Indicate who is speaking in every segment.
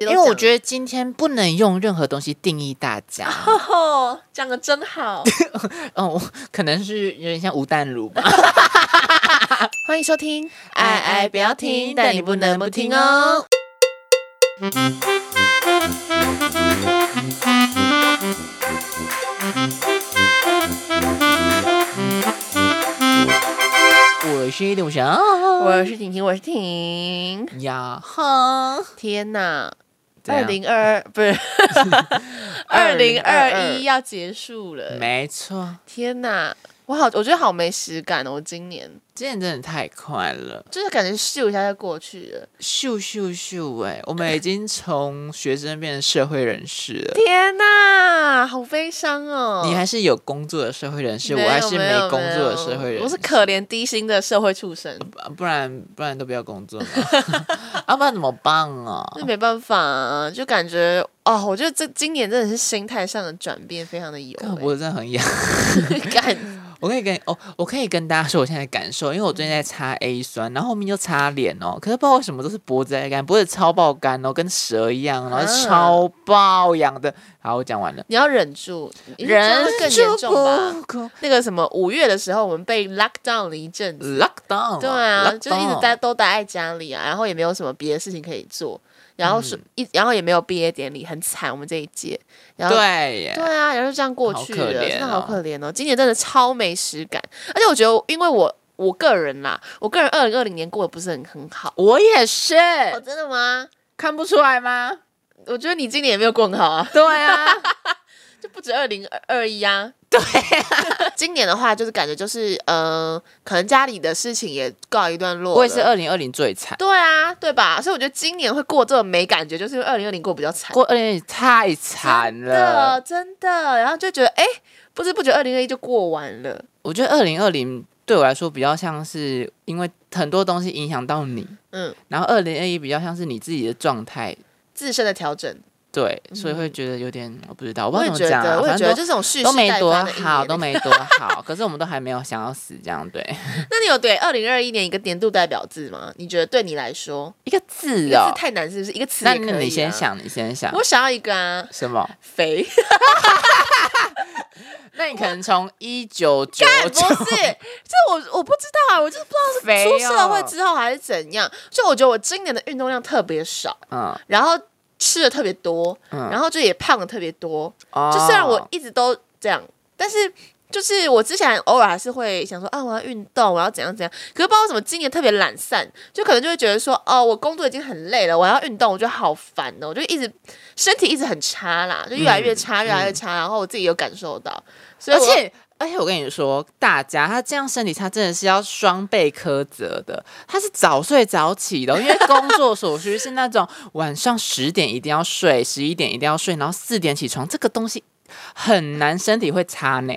Speaker 1: 因为我觉得今天不能用任何东西定义大 家。
Speaker 2: 哦，讲的真 好，
Speaker 1: 嗯，我可能是有点像吴淡如吧。 欢迎收 听，
Speaker 2: 爱爱不要听，但你不能不听哦。。
Speaker 1: 我是刘翔
Speaker 2: 我是婷婷，我是婷。
Speaker 1: 呀啊哈，
Speaker 2: 天哪，
Speaker 1: 怎
Speaker 2: 二
Speaker 1: 样
Speaker 2: 零二 不是二零二一
Speaker 1: 2021
Speaker 2: 要结束了，
Speaker 1: 没错，
Speaker 2: 天哪！我好，我觉得好没实感哦。我今年
Speaker 1: 今天真的太快了，
Speaker 2: 就是感觉咻一下就过去了。
Speaker 1: 咻咻咻！哎，我们已经从学生变成社会人士了。
Speaker 2: 天哪，好悲伤哦！
Speaker 1: 你还是有工作的社会人士，
Speaker 2: 没
Speaker 1: 我
Speaker 2: 有
Speaker 1: 还是
Speaker 2: 没有
Speaker 1: 工作的
Speaker 2: 没有
Speaker 1: 社会人士。
Speaker 2: 我是可怜低薪的社会畜生，
Speaker 1: 啊不然不然都不要工作 嘛，要不然怎么办 啊
Speaker 2: 那？没办法、啊，就感觉哦，我觉得这今年真的是心态上的转变非常的有、
Speaker 1: 干我脖子真的很痒，
Speaker 2: 欸 干
Speaker 1: 我可以跟哦，我可以跟大家说我现在的感受，因为我最近在擦 A 酸，然后后面又擦脸哦，可是不知道为什么都是脖子在干，脖子超爆干哦，跟蛇一样，然后
Speaker 2: 啊
Speaker 1: 超爆痒的。好，我讲完了，
Speaker 2: 你要忍住，
Speaker 1: 人
Speaker 2: 这样更严重吧？
Speaker 1: 吧
Speaker 2: 那个什么五月的时候，我们被 lock down 了一阵子，
Speaker 1: ？Lockdown，
Speaker 2: 对啊，
Speaker 1: lockdown
Speaker 2: 就一直待都待在家里啊，然后也没有什么别的事情可以做，
Speaker 1: 嗯
Speaker 2: 然后是、一然后也没有毕业典礼，很惨，我们这一届，然后
Speaker 1: 对耶
Speaker 2: 对啊，然后就这样过
Speaker 1: 好
Speaker 2: 去
Speaker 1: 可
Speaker 2: 了，真的
Speaker 1: 怜
Speaker 2: 好
Speaker 1: 哦
Speaker 2: 可怜哦。今年真的超没实感，而且我觉得，因为我我个人啦，我个人二零二零年过得不是很很好。
Speaker 1: 我也是，
Speaker 2: 哦，真的吗？
Speaker 1: 看不出来吗？
Speaker 2: 我觉得你今年也没有过很好啊，
Speaker 1: 对 啊，
Speaker 2: 就不止二零二一啊。对今年的话就是感觉就是，呃，可能家里的事情也告一段落了。
Speaker 1: 我也是二零二零最惨，
Speaker 2: 对啊，对吧？所以我觉得今年会过这么没感觉，就是因为二零二零过得比较惨。
Speaker 1: 过二零二零太惨
Speaker 2: 真
Speaker 1: 了。
Speaker 2: 的，真的，然后就觉得，哎，不知不觉二零二一就过完了。
Speaker 1: 我觉得二零二零对我来说比较像是，因为很多东西影响到你，
Speaker 2: 嗯，
Speaker 1: 然后二零二一比较像是你自己的状态，
Speaker 2: 自身的调整，
Speaker 1: 对，所以会觉得有点我不知道，我不
Speaker 2: 我
Speaker 1: 知道
Speaker 2: 也觉
Speaker 1: 怎么讲、
Speaker 2: 得，
Speaker 1: 啊，
Speaker 2: 我也
Speaker 1: 反
Speaker 2: 觉得
Speaker 1: 正
Speaker 2: 这种蓄势
Speaker 1: 都都没
Speaker 2: 待
Speaker 1: 多
Speaker 2: 发的一
Speaker 1: 好，
Speaker 2: 年
Speaker 1: 都。没多好，可是我们都还没有想要死这样，对，
Speaker 2: 那你有对二零二一年一个年度代表字吗？你觉得对你来说，
Speaker 1: 一个字
Speaker 2: 一个
Speaker 1: 哦
Speaker 2: 字，太难是不是？一个词
Speaker 1: 那
Speaker 2: 也可以、啊
Speaker 1: 你先，想，你先想
Speaker 2: 我想要一个啊，
Speaker 1: 什么？
Speaker 2: 肥，
Speaker 1: 那你可能从一九九
Speaker 2: 哎不
Speaker 1: 九
Speaker 2: 是，这我我不知道啊，我就是不知道
Speaker 1: 肥
Speaker 2: 是出社会
Speaker 1: 哦
Speaker 2: 之后还是怎样，所以我觉得我今年的运动量特别少，
Speaker 1: 嗯
Speaker 2: 然后吃的特别多，
Speaker 1: 嗯，哦
Speaker 2: 然后就也胖的特别多，
Speaker 1: 后
Speaker 2: 就虽然我一直都这样，但是就是我之前偶尔还是会想说啊，我要运动，我要怎样怎样。可是不知道为什么今年特别懒散，就可能就会觉得说，哦，我工作已经很累了，我还要运动，我觉得好烦哦，我就一直身体一直很差啦，就越来越差，越来越差。然后我自己有感受到，所
Speaker 1: 嗯
Speaker 2: 以
Speaker 1: 而
Speaker 2: 我
Speaker 1: 且而且我跟你说，大家他这样身体差真的是要双倍苛责的。他是早睡早起的哦，因为工作所需是那种晚上十点一定要睡，十一点一定要睡，然后四点起床，这个东西很难身体会差呢。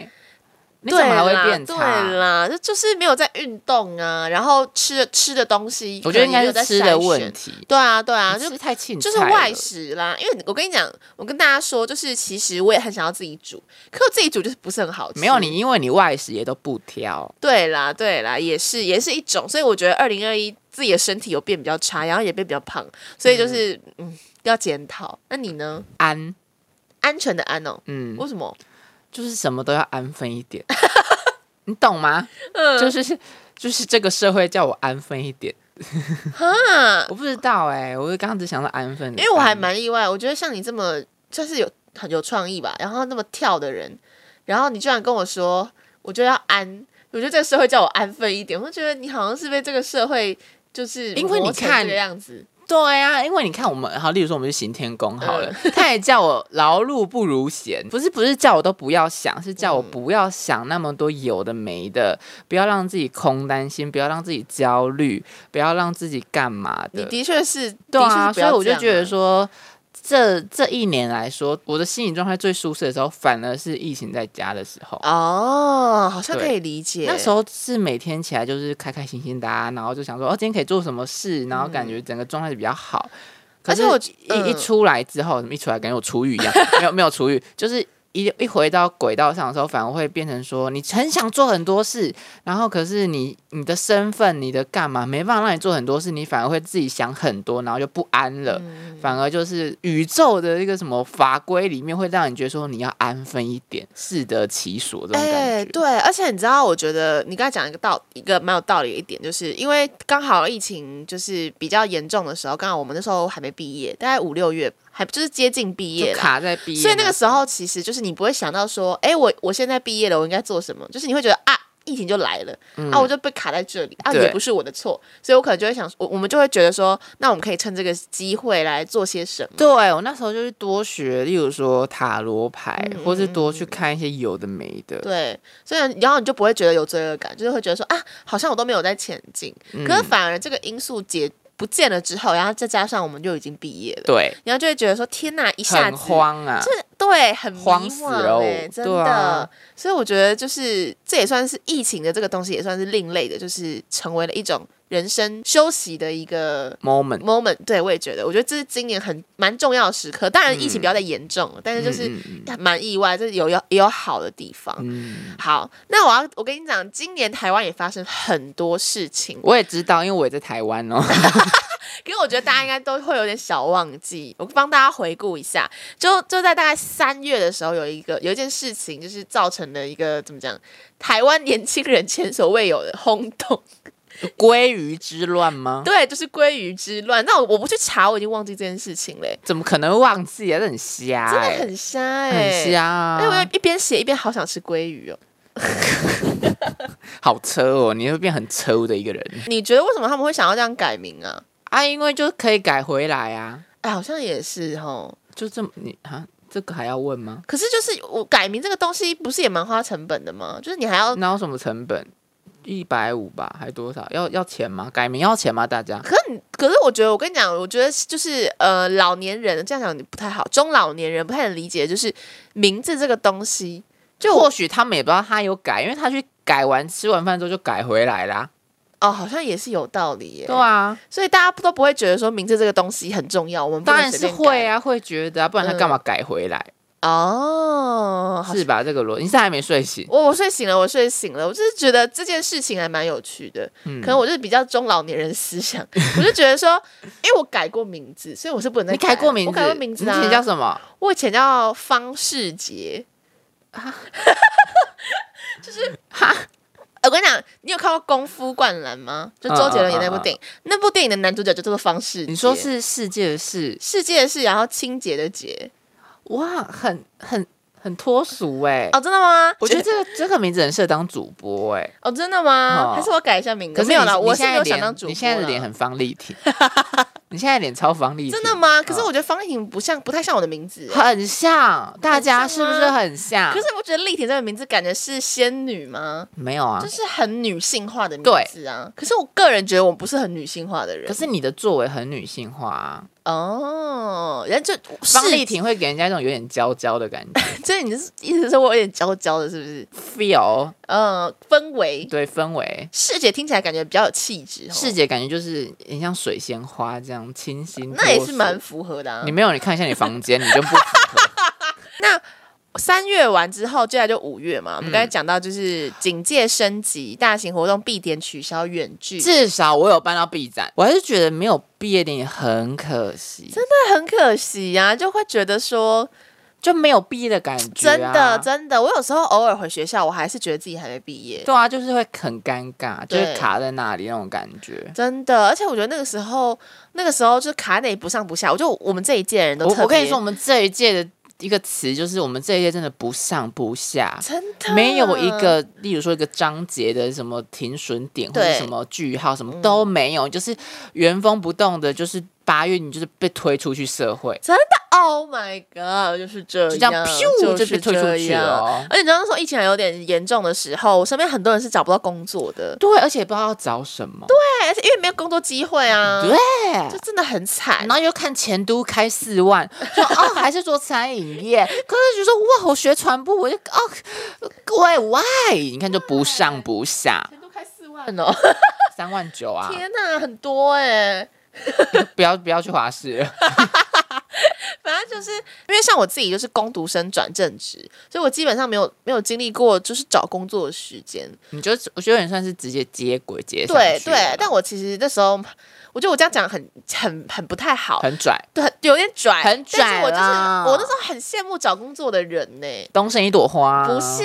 Speaker 1: 你怎
Speaker 2: 对
Speaker 1: 么还
Speaker 2: 啦
Speaker 1: 会变
Speaker 2: 对
Speaker 1: 差？
Speaker 2: 啦，就就是没有在运动啊，然后吃的吃的东西，
Speaker 1: 我觉得应该是吃的问
Speaker 2: 题。
Speaker 1: 题，
Speaker 2: 对啊，对啊，
Speaker 1: 你
Speaker 2: 就
Speaker 1: 吃太青
Speaker 2: 就是
Speaker 1: 菜了
Speaker 2: 外食啦，因为我跟你讲，我跟大家说，就是其实我也很想要自己煮，可我自己煮就是不是很好吃。
Speaker 1: 没有你，因为你外食也都不挑。
Speaker 2: 对啦，对啦，也是也是一种，所以我觉得二零二一自己的身体有变比较差，然后也变比较胖，所以就是嗯要检讨。那你呢？
Speaker 1: 安，
Speaker 2: 安全的安哦，
Speaker 1: 嗯，
Speaker 2: 为什么？
Speaker 1: 就是什么都要安分一点， 你懂吗？
Speaker 2: 嗯
Speaker 1: 就是就是这个社会叫我安分一点。
Speaker 2: 哈，
Speaker 1: 我不知道哎、我刚刚只想到安分，
Speaker 2: 因为我还蛮意外，我觉得像你这么就是有很有创意吧，然后那么跳的人，然后你居然跟我说，我觉得要安，我觉得这个社会叫我安分一点，我就觉得你好像是被这个社会就是
Speaker 1: 因为你
Speaker 2: 磨成
Speaker 1: 看
Speaker 2: 这个样子，
Speaker 1: 对啊，因为你看我们，好，例如说我们去行天宫好了，
Speaker 2: 嗯
Speaker 1: 他也叫我劳碌不如闲，不是不是叫我都不要想，是叫我不要想那么多有的没的，不要让自己空担心，不要让自己焦虑，不要让自己干嘛
Speaker 2: 你
Speaker 1: 的，
Speaker 2: 的确是，
Speaker 1: 对
Speaker 2: 的确
Speaker 1: 啊，
Speaker 2: 是不
Speaker 1: 所以
Speaker 2: 要
Speaker 1: 我就
Speaker 2: 这样
Speaker 1: 觉得
Speaker 2: 啊，
Speaker 1: 说。这这一年来说，我的心理状态最舒适的时候，反而是疫情在家的时候。
Speaker 2: 哦，好像可
Speaker 1: 对
Speaker 2: 以理解，
Speaker 1: 那时候是每天起来就是开开心心的、啊，然后就想说哦，今天可以做什么事，然后感觉整个状态比较好。可
Speaker 2: 嗯而
Speaker 1: 是
Speaker 2: 且我
Speaker 1: 一、一
Speaker 2: 嗯
Speaker 1: 出来之后，一出来感觉我出狱一样， 没有没有出狱，就是一一回到轨道上的时候，反而会变成说你很想做很多事，然后可是你你的
Speaker 2: 嗯
Speaker 1: 身份、你的干嘛没办法让你做很多事，你反而会自己想很多，然后就不安了。反而就是宇宙的一个什么法规里面，会让你觉得说你要安分一点，适得其所这种感觉。
Speaker 2: 哎、对，而且你知道，我觉得你刚才讲一个道，一个蛮有道理的一点，就是因为刚好疫情就是比较严重的时候，刚好我们那时候还没毕业，大概五六月，还就是接近毕业
Speaker 1: 就
Speaker 2: 啦。
Speaker 1: 卡在毕业，
Speaker 2: 所以那个时候，其实就是你不会想到说，哎、我我现在毕业了，我应该做什么？就是你会觉得啊，疫情就来了，啊，我就被卡在这里，啊，
Speaker 1: 嗯对
Speaker 2: 也不是我的错，所以我可能就会想，我我们就会觉得说，那我们可以趁这个机会来做些什么？
Speaker 1: 对我那时候就是多学，例如说塔罗牌，或是多去看一些有的没的。
Speaker 2: 嗯对，所以然后你就不会觉得有罪恶感，就是会觉得说啊，好像我都没有在前进。
Speaker 1: 嗯
Speaker 2: 可是反而这个因素解不见了之后，然后再加上我们就已经毕业了，
Speaker 1: 对，
Speaker 2: 然后就会觉得说天呐，一下
Speaker 1: 很
Speaker 2: 子
Speaker 1: 慌啊，
Speaker 2: 这对很迷
Speaker 1: 慌死
Speaker 2: 惘
Speaker 1: 了哦
Speaker 2: 欸真
Speaker 1: 对
Speaker 2: 的。
Speaker 1: 啊
Speaker 2: 所以我觉得就是这也算是疫情的这个东西，也算是另类的，就是成为了一种人生休息的一个
Speaker 1: moment。
Speaker 2: moment。对，我也觉得，我觉得这是今年很蛮重要的时刻。当然，疫情比较再严重了，但是就是
Speaker 1: 嗯嗯
Speaker 2: 蛮意外，就是有有也有好的地方。
Speaker 1: 嗯，
Speaker 2: 好，那我要我跟你讲，今年台湾也发生很多事情，
Speaker 1: 我也知道，因为我也在台湾 哦。
Speaker 2: 可是我觉得大家应该都会有点小忘 记，我帮大家回顾一下，就就在大概三月的时候，有一个有一件事情，就是造成了一个怎么讲，台湾年轻人前所未有的轰 动，
Speaker 1: 鲑鱼之乱吗？
Speaker 2: 对，就是鲑鱼之乱。那我我不去查，我已经忘记这件事情嘞，
Speaker 1: 怎么可能会忘记啊？这很瞎、
Speaker 2: 真的
Speaker 1: 欸，
Speaker 2: 很瞎哎、
Speaker 1: 很瞎、
Speaker 2: 哎，我
Speaker 1: 啊，
Speaker 2: 一边写一边好想吃鲑鱼哦。
Speaker 1: 好车哦，你会变很抽的一个人
Speaker 2: 你觉得为什么他们会想要这样改名啊？
Speaker 1: 啊，因为就可以改回来啊，
Speaker 2: 哎，好像也是哦。
Speaker 1: 就这么你啊，这个还要问吗？
Speaker 2: 可是就是我改名这个东西，不是也蛮花成本的吗？就是你还要，
Speaker 1: 那有什么成本？一百五吧，还多少？要要钱吗？改名要钱吗？大家
Speaker 2: 可是你，可是我觉得，我跟你讲，我觉得就是呃，老年人这样讲不太好，中老年人不太能理解，就是名字这个东西，
Speaker 1: 就或许他们也不知道他有改，因为他去改完吃完饭之后就改回来啦。
Speaker 2: 哦，好像也是有道理耶。
Speaker 1: 对啊，
Speaker 2: 所以大家都不会觉得说名字这个东西很重要，我们不
Speaker 1: 当
Speaker 2: 能
Speaker 1: 然是
Speaker 2: 随便
Speaker 1: 会
Speaker 2: 改。
Speaker 1: 啊，会觉得啊，不然他干嘛改回来？
Speaker 2: 哦，好
Speaker 1: 是吧？这个逻辑，你是还没睡醒？
Speaker 2: 我我睡醒了，我睡醒了，我就是觉得这件事情还蛮有趣的。
Speaker 1: 嗯
Speaker 2: 可能我就是比较中老年人思想，我就觉得说， 因为我改过名字，所以我是不能再
Speaker 1: 你改过
Speaker 2: 了
Speaker 1: 名字？
Speaker 2: 我改过名字啊，
Speaker 1: 你以前叫什么？
Speaker 2: 我以前叫方世杰 啊，就是哈。我跟你讲，你有看过《功夫灌篮》吗？就周杰伦
Speaker 1: 嗯
Speaker 2: 演那部电影，那部电影的男主角就叫做方世杰。
Speaker 1: 你说是世界的事？
Speaker 2: 世界的世，然后清洁的洁
Speaker 1: 哇，很很很脱俗哎、
Speaker 2: 哦，真的吗？
Speaker 1: 我觉得这个这个名字很适合当主播哎、
Speaker 2: 哦，真的吗？
Speaker 1: 哦
Speaker 2: 还是我改一下名字？
Speaker 1: 可是
Speaker 2: 没有
Speaker 1: 你
Speaker 2: 啦，
Speaker 1: 你
Speaker 2: 我是
Speaker 1: 现
Speaker 2: 没
Speaker 1: 在
Speaker 2: 有想
Speaker 1: 脸
Speaker 2: 当主播啦。
Speaker 1: 你现在的脸很方丽 婷，你现在脸超方丽婷，
Speaker 2: 真的吗？可是我觉得方丽婷不像，不太像我的名字。欸
Speaker 1: 很像，大家是不是很像？
Speaker 2: 可是我觉得丽婷这个名字感觉是仙女吗？
Speaker 1: 没有啊
Speaker 2: 就，是很女性化的名
Speaker 1: 对
Speaker 2: 字啊。可是我个人觉得我不是很女性化的人。
Speaker 1: 可是你的作为很女性化啊，
Speaker 2: 哦，人家就
Speaker 1: 方
Speaker 2: 是
Speaker 1: 丽婷会给人家一种有点娇娇的感 觉
Speaker 2: 所以你是意思是我有点娇娇的，是不是？
Speaker 1: ，feel
Speaker 2: 呃，氛围，
Speaker 1: 对氛围。
Speaker 2: 世姐听起来感觉比较有气质哦，
Speaker 1: 世姐感觉就是很像水仙花这样清新，
Speaker 2: 那也
Speaker 1: 脱
Speaker 2: 是
Speaker 1: 俗
Speaker 2: 蛮符合的、啊
Speaker 1: 你。没有，你看一下你房间，你就不 符合。
Speaker 2: 三月完之后，接下来就五月嘛，我们刚才
Speaker 1: 嗯
Speaker 2: 讲到就是警戒升级，大型活动必点取消远距，真
Speaker 1: 至少我有搬到 B 展，我还是觉得没有毕业典礼很可惜，真的
Speaker 2: 的很可惜呀、啊，就会觉得说
Speaker 1: 就没有毕业的感觉、啊
Speaker 2: 真的真的，我有时候偶尔回学校，我还是觉得自己还没毕业。
Speaker 1: 对啊，就是会很尴尬，就
Speaker 2: 对
Speaker 1: 是卡在那里那种感觉。
Speaker 2: 真的，而且我觉得那个时候，那个时候就是卡那里不上不下，我就我们这一届人都
Speaker 1: 我
Speaker 2: 特别
Speaker 1: 我跟你说，我们这一届的一个词就是我们这一届真的不上不下。
Speaker 2: 真的
Speaker 1: 没有一个，例如说一个章节的什么停损点或者
Speaker 2: 对
Speaker 1: 什么句号，什么都没有，就是原封不动的，就是八月你就是被推出去社会，
Speaker 2: Oh my god！就是这样，
Speaker 1: 就这样咻
Speaker 2: 就
Speaker 1: 就是被推出
Speaker 2: 这
Speaker 1: 去
Speaker 2: 样
Speaker 1: 了。哦。
Speaker 2: 而且你知道那时候疫情还有点严重的时候，我身边很多人是找不到工作的，
Speaker 1: 对，而且不知道要找什么。对，嗯
Speaker 2: 对，而且因为没有工作机会啊，
Speaker 1: 对
Speaker 2: 就真的很惨
Speaker 1: 然。后又看前都开四万， 说哦还是做餐饮业，可是就说哇我学传播，我就哦喂 why？你看就不上不 下，
Speaker 2: 钱都开四万哦，
Speaker 1: 三万九啊，
Speaker 2: 天哪，很多哎、
Speaker 1: 不要不要去华视了，
Speaker 2: 反正就就是因为像我自己就是工读生转正职，所以我基本上没有没有经历过就是找工作的时间。
Speaker 1: 你就我觉得有点算是直接接轨接上
Speaker 2: 对
Speaker 1: 去
Speaker 2: 对
Speaker 1: 了，
Speaker 2: 但我其实那时候，我觉得我这样讲很很很不太好，
Speaker 1: 很拽，
Speaker 2: 对，很有点拽，
Speaker 1: 很拽
Speaker 2: 但是我就是
Speaker 1: 啦
Speaker 2: 我那时候很羡慕找工作的人呢、
Speaker 1: 东升一朵花，
Speaker 2: 不是，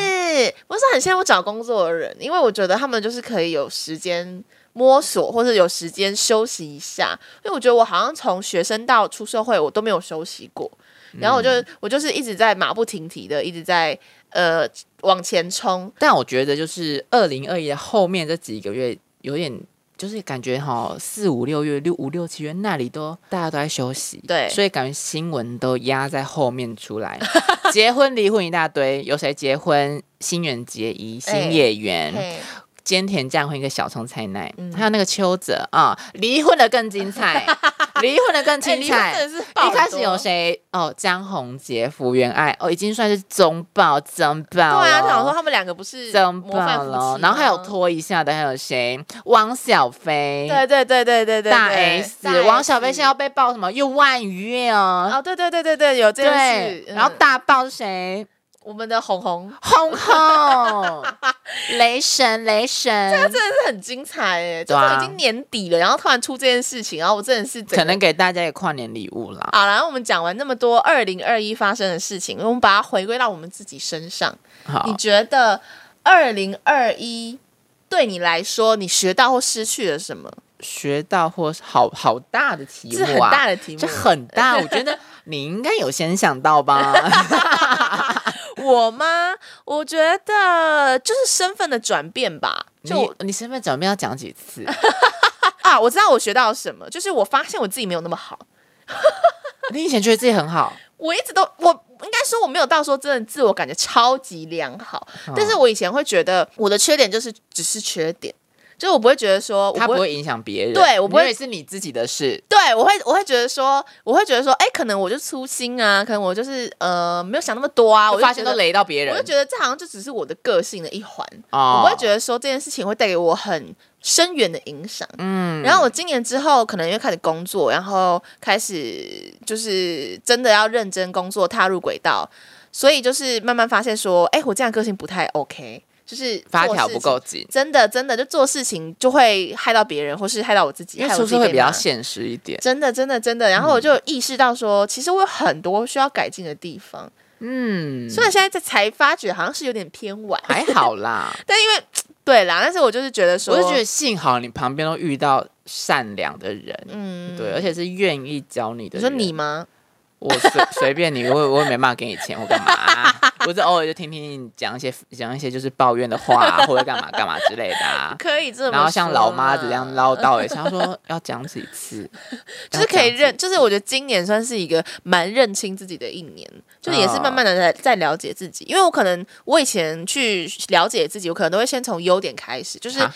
Speaker 2: 我是很羡慕找工作的人，因为我觉得他们就是可以有时间摸索，或者有时间休息一下。因为我觉得我好像从学生到出社会，我都没有休息过。
Speaker 1: 嗯
Speaker 2: 然后我就、我就是一直在马不停蹄的，一直在呃往前冲。
Speaker 1: 但我觉得就是二零二一的后面这几个月有点。就是感觉哈，四五六月、六五六七月那里都大家都在休息，
Speaker 2: 对
Speaker 1: 所以感觉新闻都压在后面出 来，结婚离婚一大堆，有谁结婚？新垣结衣、
Speaker 2: 哎
Speaker 1: 新演员、
Speaker 2: 嘿，
Speaker 1: 菅田将晖跟小松菜奈，
Speaker 2: 嗯
Speaker 1: 还有那个邱泽啊，离婚的更精 彩，离婚的更
Speaker 2: 哎
Speaker 1: 精
Speaker 2: 离婚
Speaker 1: 彩。
Speaker 2: 真的是爆
Speaker 1: 一开
Speaker 2: 很
Speaker 1: 始有
Speaker 2: 多
Speaker 1: 谁哦？江宏杰、福原爱哦，已经算是中爆中爆
Speaker 2: 对
Speaker 1: 咯
Speaker 2: 啊，他想说他们两个不是
Speaker 1: 中
Speaker 2: 模范
Speaker 1: 爆
Speaker 2: 夫
Speaker 1: 了
Speaker 2: 妻，
Speaker 1: 然后还有
Speaker 2: 吗
Speaker 1: 拖一下的，还有谁？汪小菲，
Speaker 2: 对对对对对对
Speaker 1: 大
Speaker 2: 对
Speaker 1: S，王小菲现在要被爆什么？又外遇哦，
Speaker 2: 哦，对对对对对，有这件
Speaker 1: 对
Speaker 2: 事。，
Speaker 1: 然后
Speaker 2: 嗯
Speaker 1: 大爆是谁？
Speaker 2: 我们的红红
Speaker 1: 轰轰，雷神，雷神，
Speaker 2: 真的是很精彩哎，就
Speaker 1: 对啊
Speaker 2: 是已经年底了，然后突然出这件事情，然后我真的是整个
Speaker 1: 可能给大家一个跨年礼物啦。
Speaker 2: 好啦，我们讲完那么多二零二一发生的事情，我们把它回归到我们自己身上。
Speaker 1: 好
Speaker 2: 你，觉得二零二一对你来说，你学到或失去了什么？
Speaker 1: 学到或是好好大的题
Speaker 2: 这很
Speaker 1: 目啊，
Speaker 2: 大的题目
Speaker 1: 这。很大，我觉得你应该有先想到 吧？
Speaker 2: 我吗？我觉得就是身份的转变吧。就我
Speaker 1: 就你身份转变要讲几次？
Speaker 2: 啊，我知道我学到了什么，就是我发现我自己没有那么好。
Speaker 1: 你以前觉得自己很好，
Speaker 2: 我一直都我应该说我没有到说真的自我感觉超级良好，
Speaker 1: 嗯
Speaker 2: 但是我以前会觉得我的缺点就是只是缺点，就是我不会觉得说我
Speaker 1: 它
Speaker 2: 不
Speaker 1: 不
Speaker 2: 会。
Speaker 1: 会影响别人，
Speaker 2: 对我不会
Speaker 1: 因为是你自己的事。
Speaker 2: 对，我会，我会觉得说，我会觉得说，哎，可能我就粗心啊，可能我就是呃，没有想那么多啊，
Speaker 1: 我
Speaker 2: 我
Speaker 1: 发现都
Speaker 2: 累，
Speaker 1: 雷到别人，
Speaker 2: 我就觉得这好像就只是我的个性的一环，
Speaker 1: 哦
Speaker 2: 我不会觉得说这件事情会带给我很深远的影响。
Speaker 1: 嗯，
Speaker 2: 然后我今年之后，可能因为开始工作，然后开始就是真的要认真工作，踏入轨道，所以就是慢慢发现说，哎，我这样个性不太 OK，就是
Speaker 1: 发
Speaker 2: 做
Speaker 1: 条
Speaker 2: 事
Speaker 1: 不
Speaker 2: 情
Speaker 1: 够。紧，
Speaker 2: 真的，真的就做事情就会害到别人，或是害到我自己，
Speaker 1: 因为
Speaker 2: 害我
Speaker 1: 出
Speaker 2: 自己
Speaker 1: 社会
Speaker 2: 被
Speaker 1: 比较嗯
Speaker 2: 骂
Speaker 1: 现实一点。
Speaker 2: 真的，真的，真的。然后我就意识到说，其实我有很多需要改进的地方，
Speaker 1: 嗯，
Speaker 2: 虽然现在在才发觉好像是有点偏晚，
Speaker 1: 还好 啦。
Speaker 2: 但因为对啦，但是我就是觉得说，
Speaker 1: 我就觉得幸好你旁边都遇到善良的人，
Speaker 2: 嗯，
Speaker 1: 对，而且是愿意教你的
Speaker 2: 你
Speaker 1: 人。
Speaker 2: 说你吗？
Speaker 1: 我随随便你，我我也没办法给你钱，我干嘛、 我只偶尔就听听你讲一些讲一些就是抱怨的话、或者干嘛干嘛之类的、啊。
Speaker 2: 可以这么，
Speaker 1: 然后像老妈子这样。唠叨 一下，她说要讲几次，
Speaker 2: 就是可以
Speaker 1: 要讲
Speaker 2: 认，就是我觉得今年算是一个蛮认清自己的一年，就是也是慢慢的在在了解自己，因为我可能我以前去了解自己，我可能都会先从优点开始，就是
Speaker 1: 啊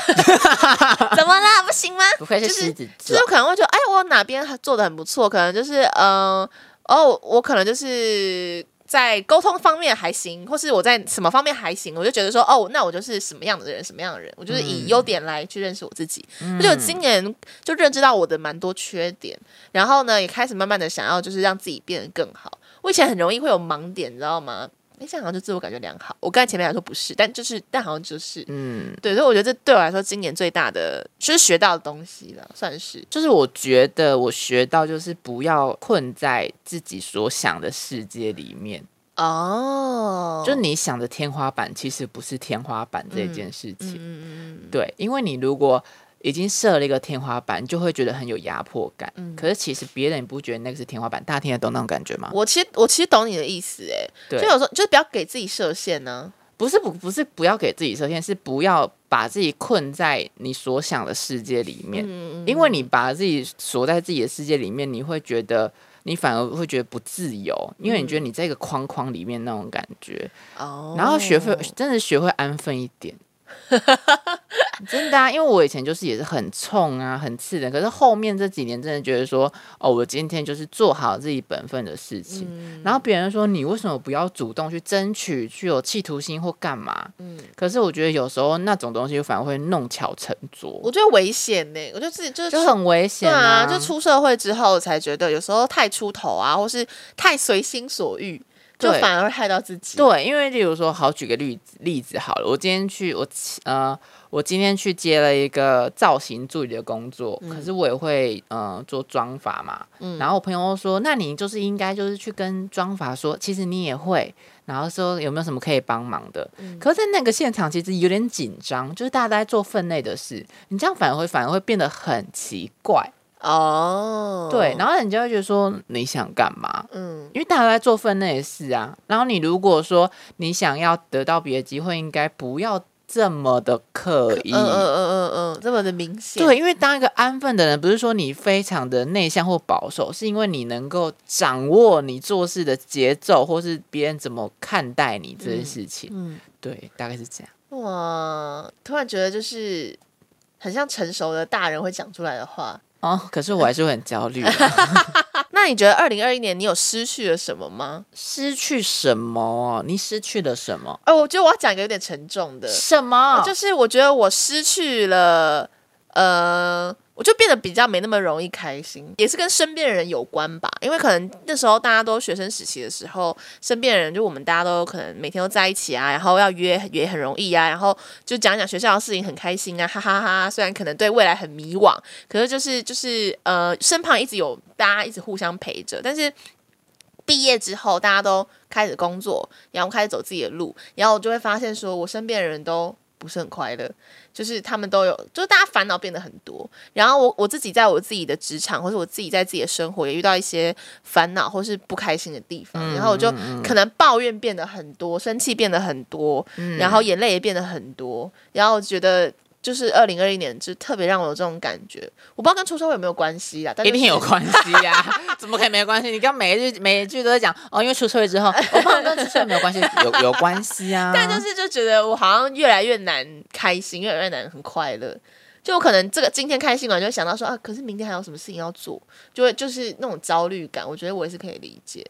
Speaker 2: 怎么啦？不行吗？
Speaker 1: 几次，不愧是
Speaker 2: 就是
Speaker 1: 狮子
Speaker 2: 就
Speaker 1: 座
Speaker 2: 是，可能会觉得，哎，我哪边做的很不错，可能就是，嗯、哦，我可能就是在沟通方面还行，或是我在什么方面还行，我就觉得说，哦，那我就是什么样的人，什么样的人，我就是以优点来去认识我自己。就我今年就认知到我的蛮多缺点，然后呢，也开始慢慢的想要就是让自己变得更好。我以前很容易会有盲点，你知道吗？哎，这样好像就自我感觉良好。我刚才前面来说不是，但就是，但好像就是，
Speaker 1: 嗯，
Speaker 2: 对，所以我觉得这对我来说今年最大的就是学到的东西了，算是。
Speaker 1: 就是我觉得我学到就是不要困在自己所想的世界里面，
Speaker 2: 哦，
Speaker 1: 就你想的天花板其实不是天花板这件事情，
Speaker 2: 嗯嗯
Speaker 1: 对，因为你如果已经设了一个天花板，你就会觉得很有压迫感。
Speaker 2: 嗯
Speaker 1: 可是其实别人不觉得那个是天花板，大家听得懂那种感觉吗？
Speaker 2: 我其实我其实懂你的意思，哎，
Speaker 1: 嗯对
Speaker 2: 就有时候就是不要给自己设限呢、
Speaker 1: 不是不不是不要给自己设限，是不要把自己困在你所想的世界里面，
Speaker 2: 嗯，
Speaker 1: 因为你把自己锁在自己的世界里面，你会觉得。你反而会觉得不自由，因为你觉得你在一个框框里面那种感觉，
Speaker 2: 哦
Speaker 1: 然后学会真的学会安分一点，真的啊，因为我以前就是也是很冲啊，很刺人，可是后面这几年真的觉得说，哦，我今天就是做好自己本分的事情。
Speaker 2: 嗯
Speaker 1: 然后别人说你为什么不要主动去争取，去有企图心或干嘛？
Speaker 2: 嗯
Speaker 1: 可是我觉得有时候那种东西反而会弄巧成拙，
Speaker 2: 我觉得危险呢、我就自己就是
Speaker 1: 就很危险
Speaker 2: 对啊，就
Speaker 1: 出
Speaker 2: 出社会之后才觉得有时候太出头啊，或是太随心所欲，就
Speaker 1: 对
Speaker 2: 反而会害到自己。
Speaker 1: 对，因为例如说，好举个例子例子好了，我今天去我呃，我今天去接了一个造型助理的工作，可是我也会呃做妆发嘛，然后我朋友说，那你就是应该就是去跟妆发说，其实你也会。然后说有没有什么可以帮忙的？可是，在那个现场其实有点紧张，就是大家都在做分内的事，你这样反而会反而会变得很奇怪，
Speaker 2: 哦，
Speaker 1: 对。然后人家会觉得说你想干嘛？
Speaker 2: 嗯，
Speaker 1: 因为大家都在做分内的事啊。然后你如果说你想要得到别的机会，应该不要这么的刻意。
Speaker 2: 嗯嗯嗯嗯嗯，这么的明显。
Speaker 1: 对，因为当一个安分的人，不是说你非常的内向或保守，是因为你能够掌握你做事的节奏，或是别人怎么看待你这件事情。
Speaker 2: 嗯，
Speaker 1: 对，大概是这样。
Speaker 2: 哇，突然觉得就是很像成熟的大人会讲出来的话。
Speaker 1: 哦，可是我还是会很焦虑 啊、
Speaker 2: 那你觉得二零二一年你有失去了什么吗？
Speaker 1: 失去什么哦？你失去了什么？
Speaker 2: 哦，我觉得我要讲一个有点沉重的，
Speaker 1: 什么？
Speaker 2: 就是我觉得我失去了，呃，我就变得比较没那么容易开心，也是跟身边的人有关吧。因为可能那时候大家都学生时期的时候，身边的人就我们大家都可能每天都在一起啊，然后要约也很容易啊，然后就讲讲学校的事情很开心啊，哈哈哈虽然可能对未来很迷惘，可是就是就是呃，身旁一直有大家一直互相陪着，但是。毕业之后，大家都开始工作，然后开始走自己的路，然后我就会发现说，我身边的人都不是很快乐，就是他们都有，就是大家烦恼变得很多。然后我我自己在我自己的职场，或者我自己在自己的生活，也遇到一些烦恼或是不开心的地方，然后我就可能抱怨变得很多，生气变得很多，然后眼泪也变得很多，然后我觉得。就是二零二一年，就特别让我有这种感觉，我不知道跟出社会有没有关系啦，但
Speaker 1: 一定有
Speaker 2: 关。
Speaker 1: 关系呀、 怎么可以没关系？你刚每一句每一句都在讲哦，因为出社会之后， 我朋友跟出社会没有关系，有有关系 啊。
Speaker 2: 但就是就觉得我好像越来越难开心，越来越难很快乐。就我可能这个今天开心完，就会想到说啊，可是明天还有什么事情要做，就会就是那种焦虑感，我觉得我也是可以理解。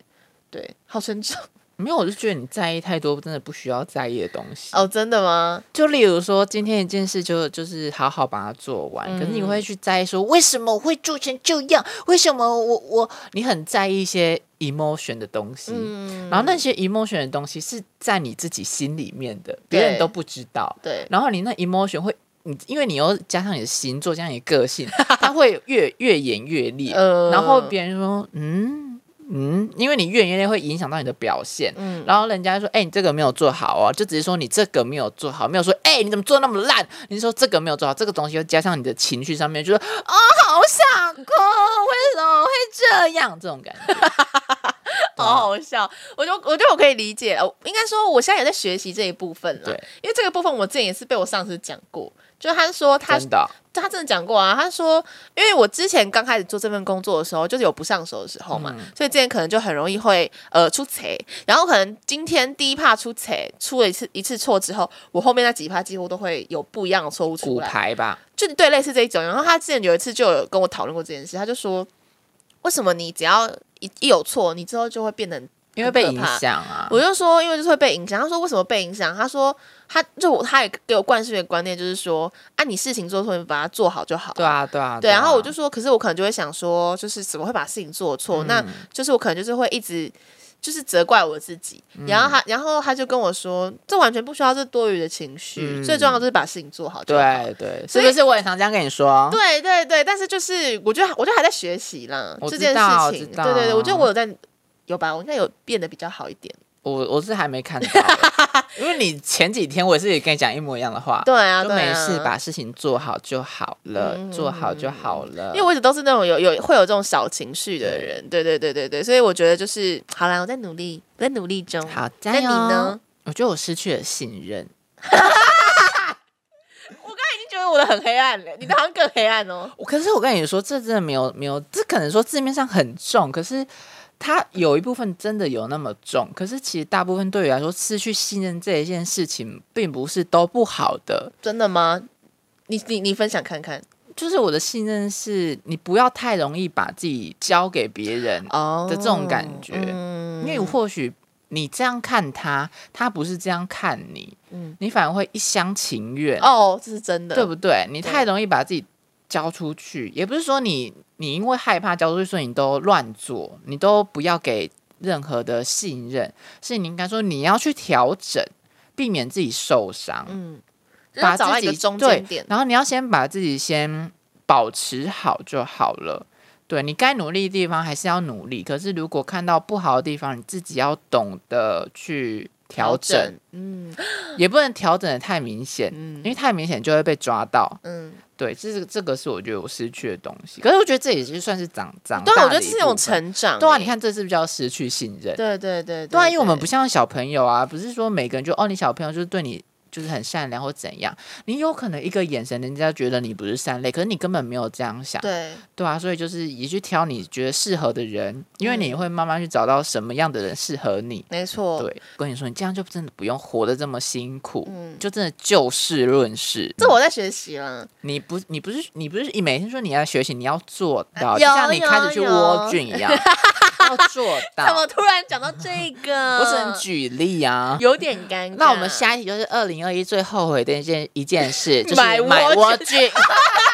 Speaker 2: 对，好沉重
Speaker 1: 没有，我就觉得你在意太多，真的不需要在意的东西。
Speaker 2: 哦，真的吗？
Speaker 1: 就例如说，今天一件事就就是好好把它做完，可是你会去在意说为什么我会做成这样？为什么我我你很在意一些 emotion 的东西，
Speaker 2: 嗯，
Speaker 1: 然后那些 emotion 的东西是在你自己心里面的，别人
Speaker 2: 对
Speaker 1: 都不知道。
Speaker 2: 对，啊
Speaker 1: 然后你那 emotion 会，你因为你又加上你的星座，加上你的个性， 它会越越演越烈，
Speaker 2: 呃
Speaker 1: 然后别人说，嗯嗯，因为你越演越烈会影响到你的表现，
Speaker 2: 嗯
Speaker 1: 然后人家说，哎、你这个没有做好哦，就只是说你这个没有做好，没有说，哎、你怎么做那么烂？你是说这个没有做好，这个东西又加上你的情绪上面，就说，哦，好想哭，为什么会这样？这种感觉，对
Speaker 2: 好好笑。我就我觉得我可以理解，我应该说我现在也在学习这一部分了
Speaker 1: 对，
Speaker 2: 因为这个部分我之前也是被我上司讲过，就他说他
Speaker 1: 真的，哦
Speaker 2: 他真的讲过啊，他说，因为我之前刚开始做这份工作的时候，就是有不上手的时候
Speaker 1: 嗯
Speaker 2: 嘛，所以之前可能就很容易会呃出贼，然后可能今天第一趴出贼，出了一次一次错之后，我后面那几趴几乎都会有不一样的错误
Speaker 1: 骨
Speaker 2: 出来，
Speaker 1: 牌吧，
Speaker 2: 就是对类似这一种。然后他之前有一次就有跟我讨论过这件事，他就说，为什么你只要一一有错，你之后就会变得很
Speaker 1: 因为被
Speaker 2: 可
Speaker 1: 影
Speaker 2: 怕
Speaker 1: 响啊，
Speaker 2: 我就说，因为就是会被影响。他说为什么被影响？他说他就我他也给我灌输一个观念，就是说啊，你事情做错，你把它做好就好。
Speaker 1: 对啊，对啊，
Speaker 2: 对，
Speaker 1: 啊
Speaker 2: 然后我就说，可是我可能就会想说，就是怎么会把事情做错？
Speaker 1: 嗯
Speaker 2: 那就是我可能就是会一直就是责怪我自己。
Speaker 1: 嗯
Speaker 2: 然后他，然后他就跟我说，这完全不需要这多余的情绪，
Speaker 1: 嗯
Speaker 2: 最重要的就是把事情做好就好。
Speaker 1: 对啊对，
Speaker 2: 所
Speaker 1: 是
Speaker 2: 以
Speaker 1: 不是我也常这样跟你说？
Speaker 2: 对对对，但是就是我觉得我觉得还在学习啦，
Speaker 1: 我
Speaker 2: 这
Speaker 1: 知
Speaker 2: 件
Speaker 1: 道
Speaker 2: 事
Speaker 1: 我
Speaker 2: 情，
Speaker 1: 知道
Speaker 2: 对对对，我觉得我有在有吧，我应该有变得比较好一点。
Speaker 1: 我我是还没看到欸， 因为你前几天我是也跟你讲一模一样的话，
Speaker 2: 对啊，
Speaker 1: 就
Speaker 2: 对
Speaker 1: 没
Speaker 2: 啊嗯
Speaker 1: 事，把事情做好就好了，做好就好了。
Speaker 2: 因为我一直都是那种有有会有这种小情绪的人，对对对对对，所以我觉得就是好啦，我在努力，我在努力中。
Speaker 1: 好，加
Speaker 2: 那
Speaker 1: 油！
Speaker 2: 你呢？？
Speaker 1: 我觉得我失去了信任，
Speaker 2: 觉得我的很黑暗欸嘞，你的好像更黑暗 哦。
Speaker 1: 我可是我跟你说，这真的没有没有，这可能说字面上很重，可是它有一部分真的有那么重，可是其实大部分对于来说，失去信任这一件事情，并不是都不好的。
Speaker 2: 真的吗？你你你分享看看
Speaker 1: 就是我的信任是你不要太容易把自己交给别人，
Speaker 2: 哦
Speaker 1: 的这种感觉
Speaker 2: 嗯
Speaker 1: 因为或许你这样看他，他不是这样看你，
Speaker 2: 嗯
Speaker 1: 你反而会一厢情愿，
Speaker 2: 哦，这是真的，
Speaker 1: 对不对？你
Speaker 2: 对
Speaker 1: 太容易把自己交出去，也不是说你你因为害怕交出去，所以你都乱做，你都不要给任何的信任，是你应该说你要去调整，避免自己受伤。
Speaker 2: 嗯，
Speaker 1: 把
Speaker 2: 要找到
Speaker 1: 自
Speaker 2: 一
Speaker 1: 己
Speaker 2: 个中
Speaker 1: 对
Speaker 2: 间点，
Speaker 1: 然后你要先把自己先保持好就好了。对你该努力的地方还是要努力，可是如果看到不好的地方，你自己要懂得去调整，，
Speaker 2: 嗯
Speaker 1: 也不能调整的太明显，因
Speaker 2: 嗯
Speaker 1: 为太明显就会被抓到。
Speaker 2: 嗯，
Speaker 1: 对，这是这个是我觉得我失去的东西。可是我觉得这也是算是长长
Speaker 2: 对啊，
Speaker 1: 大
Speaker 2: 我觉
Speaker 1: 的
Speaker 2: 得
Speaker 1: 一
Speaker 2: 这是一种
Speaker 1: 部分
Speaker 2: 成长欸，
Speaker 1: 对啊，你看这是不是叫失去信任？
Speaker 2: 对，对对对
Speaker 1: 对啊，因为我们不像小朋友啊，不是说每个人就哦，你小朋友就是对你就是很善良或怎样，你有可能一个眼神，人家觉得你不是善类，可是你根本没有这样想，
Speaker 2: 对
Speaker 1: 对啊，所以就是也去挑你觉得适合的人，因为你会慢慢去找到什么样的人适合你。
Speaker 2: 没错，
Speaker 1: 对，跟你说，你这样就真的不用活得这么辛苦，
Speaker 2: 哦嗯，
Speaker 1: 就真的就事论事。
Speaker 2: 这我在学习了，
Speaker 1: 你不，你不是，你不是每天说你要学习，你要做到，就
Speaker 2: 有
Speaker 1: 像你开始去
Speaker 2: 有
Speaker 1: 窝
Speaker 2: 有
Speaker 1: 菌一 样，要做
Speaker 2: 怎
Speaker 1: 到
Speaker 2: 么。突然讲到这个？
Speaker 1: 我只能举例啊，
Speaker 2: 有点尴尬。
Speaker 1: 那我们下一题就是二零二一最后悔的一件一件事，就是
Speaker 2: 买
Speaker 1: 买
Speaker 2: 莴
Speaker 1: 莴苣。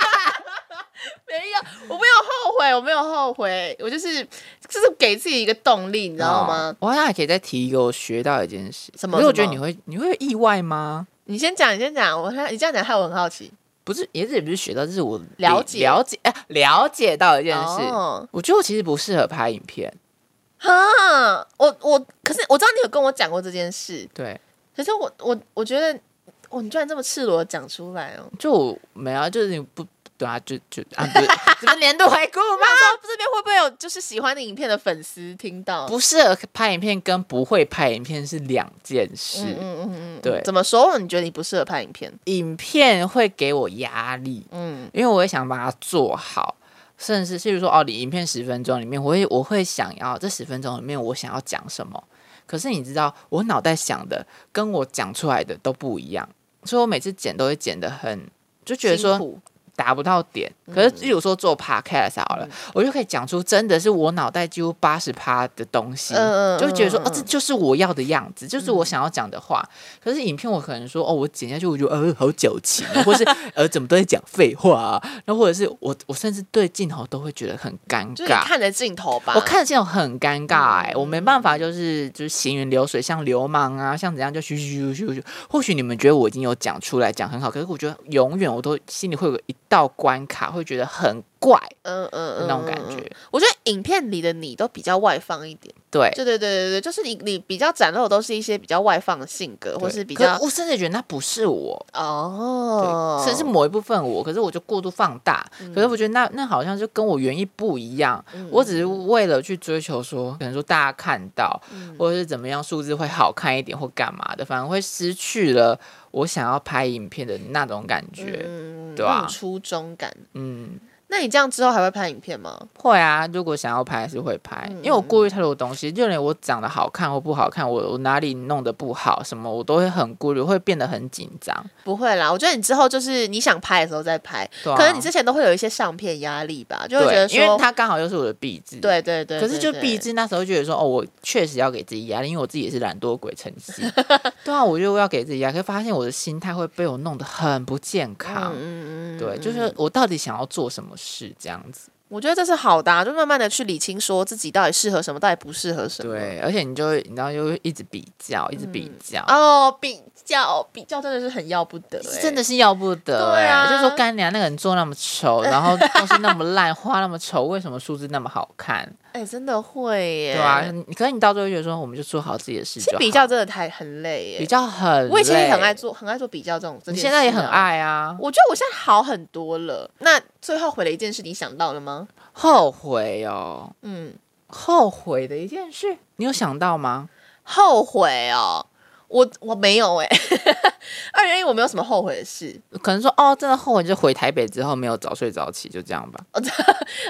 Speaker 2: 没有，我没有后悔，我没有后悔，我就是就是给自己一个动力，你知道吗？
Speaker 1: 哦我好像还可以再提一个我学到的一件事，
Speaker 2: 什么
Speaker 1: 可是我觉
Speaker 2: 什
Speaker 1: 得
Speaker 2: 么
Speaker 1: 你会你会意外吗？
Speaker 2: 你先讲，你先讲，我看你这样讲害我很好奇。
Speaker 1: 不是，也是也不是学到，这是我
Speaker 2: 了解
Speaker 1: 了解哎了解到的一件事。
Speaker 2: 哦，
Speaker 1: 我觉得我其实不适合拍影片，
Speaker 2: 哈，我我可是我知道你有跟我讲过这件事，
Speaker 1: 对，
Speaker 2: 可是我我我觉得，我你居然这么赤裸地讲出来哦。
Speaker 1: 就我没有啊，就是你不对啊，就就啊， 不是什么年度回顾吗？
Speaker 2: 那这边会不会有就是喜欢的影片的粉丝听到？
Speaker 1: 不适合拍影片跟不会拍影片是两件事。
Speaker 2: 嗯嗯嗯嗯，嗯
Speaker 1: 对
Speaker 2: 怎么说？你觉得你不适合拍影片？
Speaker 1: 影片会给我压力，
Speaker 2: 嗯
Speaker 1: 因为我也想把它做好，甚至譬如说哦，你影片十分钟里面，我会我会想要这十分钟里面我想要讲什么。可是你知道，我脑袋想的跟我讲出来的都不一样，所以我每次剪都会剪得很，就觉得
Speaker 2: 辛
Speaker 1: 说
Speaker 2: 苦嗯
Speaker 1: 达不到点。可是，例如说做 podcast 好了，我就可以讲出真的是我脑袋几乎八十趴的东西，
Speaker 2: 嗯嗯嗯
Speaker 1: 就会觉得说
Speaker 2: 嗯
Speaker 1: 哦，这就是我要的样子，就是我想要讲的话。可是影片我可能说哦，我剪下去我就呃好矫情啊，或是呃怎么都在讲废话啊，然后或者是我我甚至对镜头都会觉得很尴
Speaker 2: 就是你
Speaker 1: 尬。
Speaker 2: 看着镜头吧。嗯
Speaker 1: 我看镜头很尴尬哎、我没办法，就是就是行云流水，像流氓啊，像怎样就咻咻咻咻咻。或许你们觉得我已经有讲出来，讲很好，可是我觉得永远我都心里会有一道关卡，会觉得很怪
Speaker 2: 嗯嗯
Speaker 1: 的
Speaker 2: 嗯，
Speaker 1: 那种感
Speaker 2: 嗯嗯
Speaker 1: 觉。
Speaker 2: 我觉得影片里的你都比较外放一点，
Speaker 1: 对，
Speaker 2: 对对对对对，就是你你比较展露的都是一些比较外放的性格，或
Speaker 1: 对
Speaker 2: 是比
Speaker 1: 可
Speaker 2: 较
Speaker 1: 我甚至觉得那不是我，
Speaker 2: 哦
Speaker 1: 对，，甚至某一部分我，可是我就过度放大，
Speaker 2: 嗯
Speaker 1: 可是我觉得那那好像就跟我原意不一样，我只是为了去追求说，可能说大家看到，
Speaker 2: 嗯
Speaker 1: 或者是怎么样数字会好看一点或干嘛的，反而会失去了我想要拍影片的那种感觉。
Speaker 2: 嗯
Speaker 1: 对啊
Speaker 2: 那种初衷感。
Speaker 1: 嗯，
Speaker 2: 那你这样之后还会拍影片吗？会
Speaker 1: 会啊，如果想要拍还是会拍，
Speaker 2: 嗯
Speaker 1: 因为我顾虑太多东西，就连我长得好看或不好看，我我哪里弄得不好什么，我都会很顾虑，会变得很紧张。
Speaker 2: 不会啦，我觉得你之后就是你想拍的时候再拍，
Speaker 1: 对啊
Speaker 2: 可能你之前都会有一些上片压力吧，就会觉
Speaker 1: 对
Speaker 2: 得，说，
Speaker 1: 因为它刚好又是我的壁纸。。
Speaker 2: 对对对，
Speaker 1: 可是
Speaker 2: 对
Speaker 1: 就
Speaker 2: 对
Speaker 1: 毕竟那时候觉得说，哦，我确实要给自己压力，因为我自己也是懒惰鬼成 性。对啊，我就要给自己压力，可是发现我的心态会被我弄得很不健康。
Speaker 2: 嗯嗯嗯，
Speaker 1: 对，就是我到底想要做什么事这样子。
Speaker 2: 我觉得这是好的、啊，就慢慢的去理清，说自己到底适合什么，到底不适合什么。
Speaker 1: 对，嗯而且你就会你知道，就会一直比较，一直比较，
Speaker 2: 哦，比较比较真的是很要不得、
Speaker 1: 是
Speaker 2: 欸
Speaker 1: 真的是要不得、
Speaker 2: 对啊
Speaker 1: 哎就说干娘那个人做那么丑，然 后东西那么烂，画那么丑，为什么数字那么好看？
Speaker 2: 哎、真的会耶，
Speaker 1: 对啊，你可是你到最后觉得说，我们就做好自己的事
Speaker 2: 其
Speaker 1: 就
Speaker 2: 实
Speaker 1: 好。
Speaker 2: 比较真的太很累耶。
Speaker 1: 比较很，
Speaker 2: 我以前也很爱，做，很爱做比较这种。这
Speaker 1: 你
Speaker 2: 件
Speaker 1: 现在也
Speaker 2: 事
Speaker 1: 很
Speaker 2: 啊。
Speaker 1: 爱啊。
Speaker 2: 我觉得我现在好很多了。那最后悔的一件事，你想到了吗？
Speaker 1: 后悔哦，
Speaker 2: 嗯，
Speaker 1: 后悔的一件事，你有想到吗？
Speaker 2: 后悔哦，我我没有哎、 二零一我没有什么后悔的事。
Speaker 1: 可能说哦，真的后悔，就回台北之后没有早睡早起，就这样吧。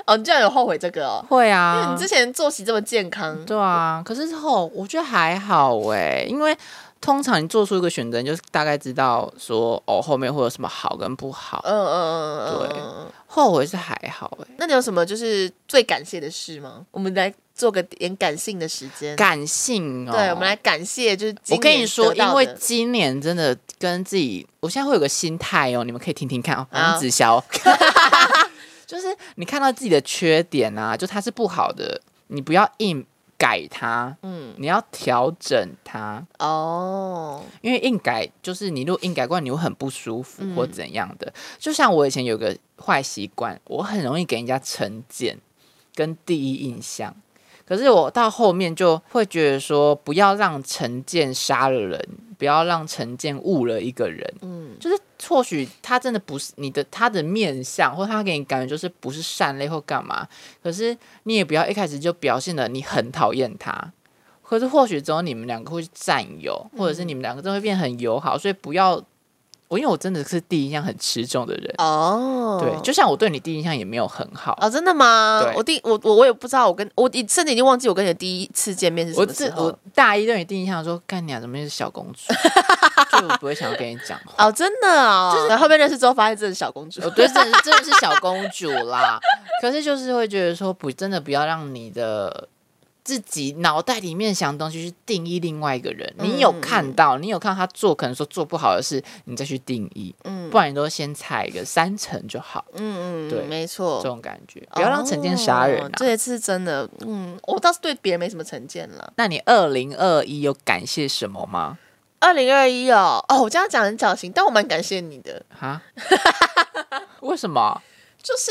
Speaker 2: 哦，你居然有后悔这个哦？
Speaker 1: 会
Speaker 2: 因为
Speaker 1: 啊
Speaker 2: 你之，前作息这么健康，
Speaker 1: 对啊。可是后我觉得还好哎、因为通常你做出一个选择，你就大概知道说哦后面会有什么好跟不好。
Speaker 2: 嗯嗯嗯嗯，嗯。
Speaker 1: 后悔是还好哎、
Speaker 2: 那你有什么就是最感谢的事吗？我们来做个点感性的时间。
Speaker 1: 感性哦。
Speaker 2: 对，我们来感谢，就是今
Speaker 1: 我跟你
Speaker 2: 年
Speaker 1: 说，
Speaker 2: 得
Speaker 1: 因
Speaker 2: 到
Speaker 1: 为
Speaker 2: 的
Speaker 1: 今年真的跟自己，我现在会有个心态哦，你们可以听听看哦，反
Speaker 2: 好
Speaker 1: 正直 销， 就是你看到自己的缺点啊，就它是不好的，你不要硬改它，
Speaker 2: 嗯
Speaker 1: 你要调整它，
Speaker 2: 哦，
Speaker 1: 因为硬改就是你如果硬改过来，你会很不舒服
Speaker 2: 嗯
Speaker 1: 或怎样的。就像我以前有个坏习惯，我很容易给人家成见跟第一印象。可是我到后面就会觉得说，不要让成见杀了人，不要让成见误了一个人。
Speaker 2: 嗯
Speaker 1: 就是或许他真的不是你的他的面相，或他给你感觉就是不是善类或干嘛，可是你也不要一开始就表现的你很讨厌他。可是或许只有你们两个会占有，或者
Speaker 2: 嗯
Speaker 1: 是你们两个真的会变很友好，所以不要我，因为我真的是第一印象很持重的人，
Speaker 2: 哦，
Speaker 1: 对，就像我对你第一印象也没有很好，
Speaker 2: 哦，真的吗？
Speaker 1: 对
Speaker 2: 我第我我我也不知道，我跟我甚至已经忘记我跟你的第一次见面是什
Speaker 1: 我
Speaker 2: 么时
Speaker 1: 自
Speaker 2: 候
Speaker 1: 我
Speaker 2: 了。
Speaker 1: 大一对你第一印象说，干你啊，怎么又是小公 主，就我不会想要跟你讲话。
Speaker 2: 哦，真的哦，就是后面认识之后发现真的是小公主
Speaker 1: 我。对，真的是真的是小公主啦。可是就是会觉得说，不，真的不要让你的自己脑袋里面想的东西去定义另外一个人。你有
Speaker 2: 嗯
Speaker 1: 看到，你有看到他做，可能说做不好的事，你再去定义，
Speaker 2: 嗯
Speaker 1: 不然你都先踩个三成就好，
Speaker 2: 嗯嗯，
Speaker 1: 对
Speaker 2: 没
Speaker 1: 这
Speaker 2: 错。
Speaker 1: 种感觉，不要让成见杀人
Speaker 2: 哦
Speaker 1: 啊。
Speaker 2: 这也是真的。嗯，我倒是对别人没什么成见了。
Speaker 1: 那你二零二一有感谢什么吗？
Speaker 2: 二零二一哦，哦，我这样讲很矫情，但我蛮感谢你的。
Speaker 1: 啊？为什么？
Speaker 2: 就是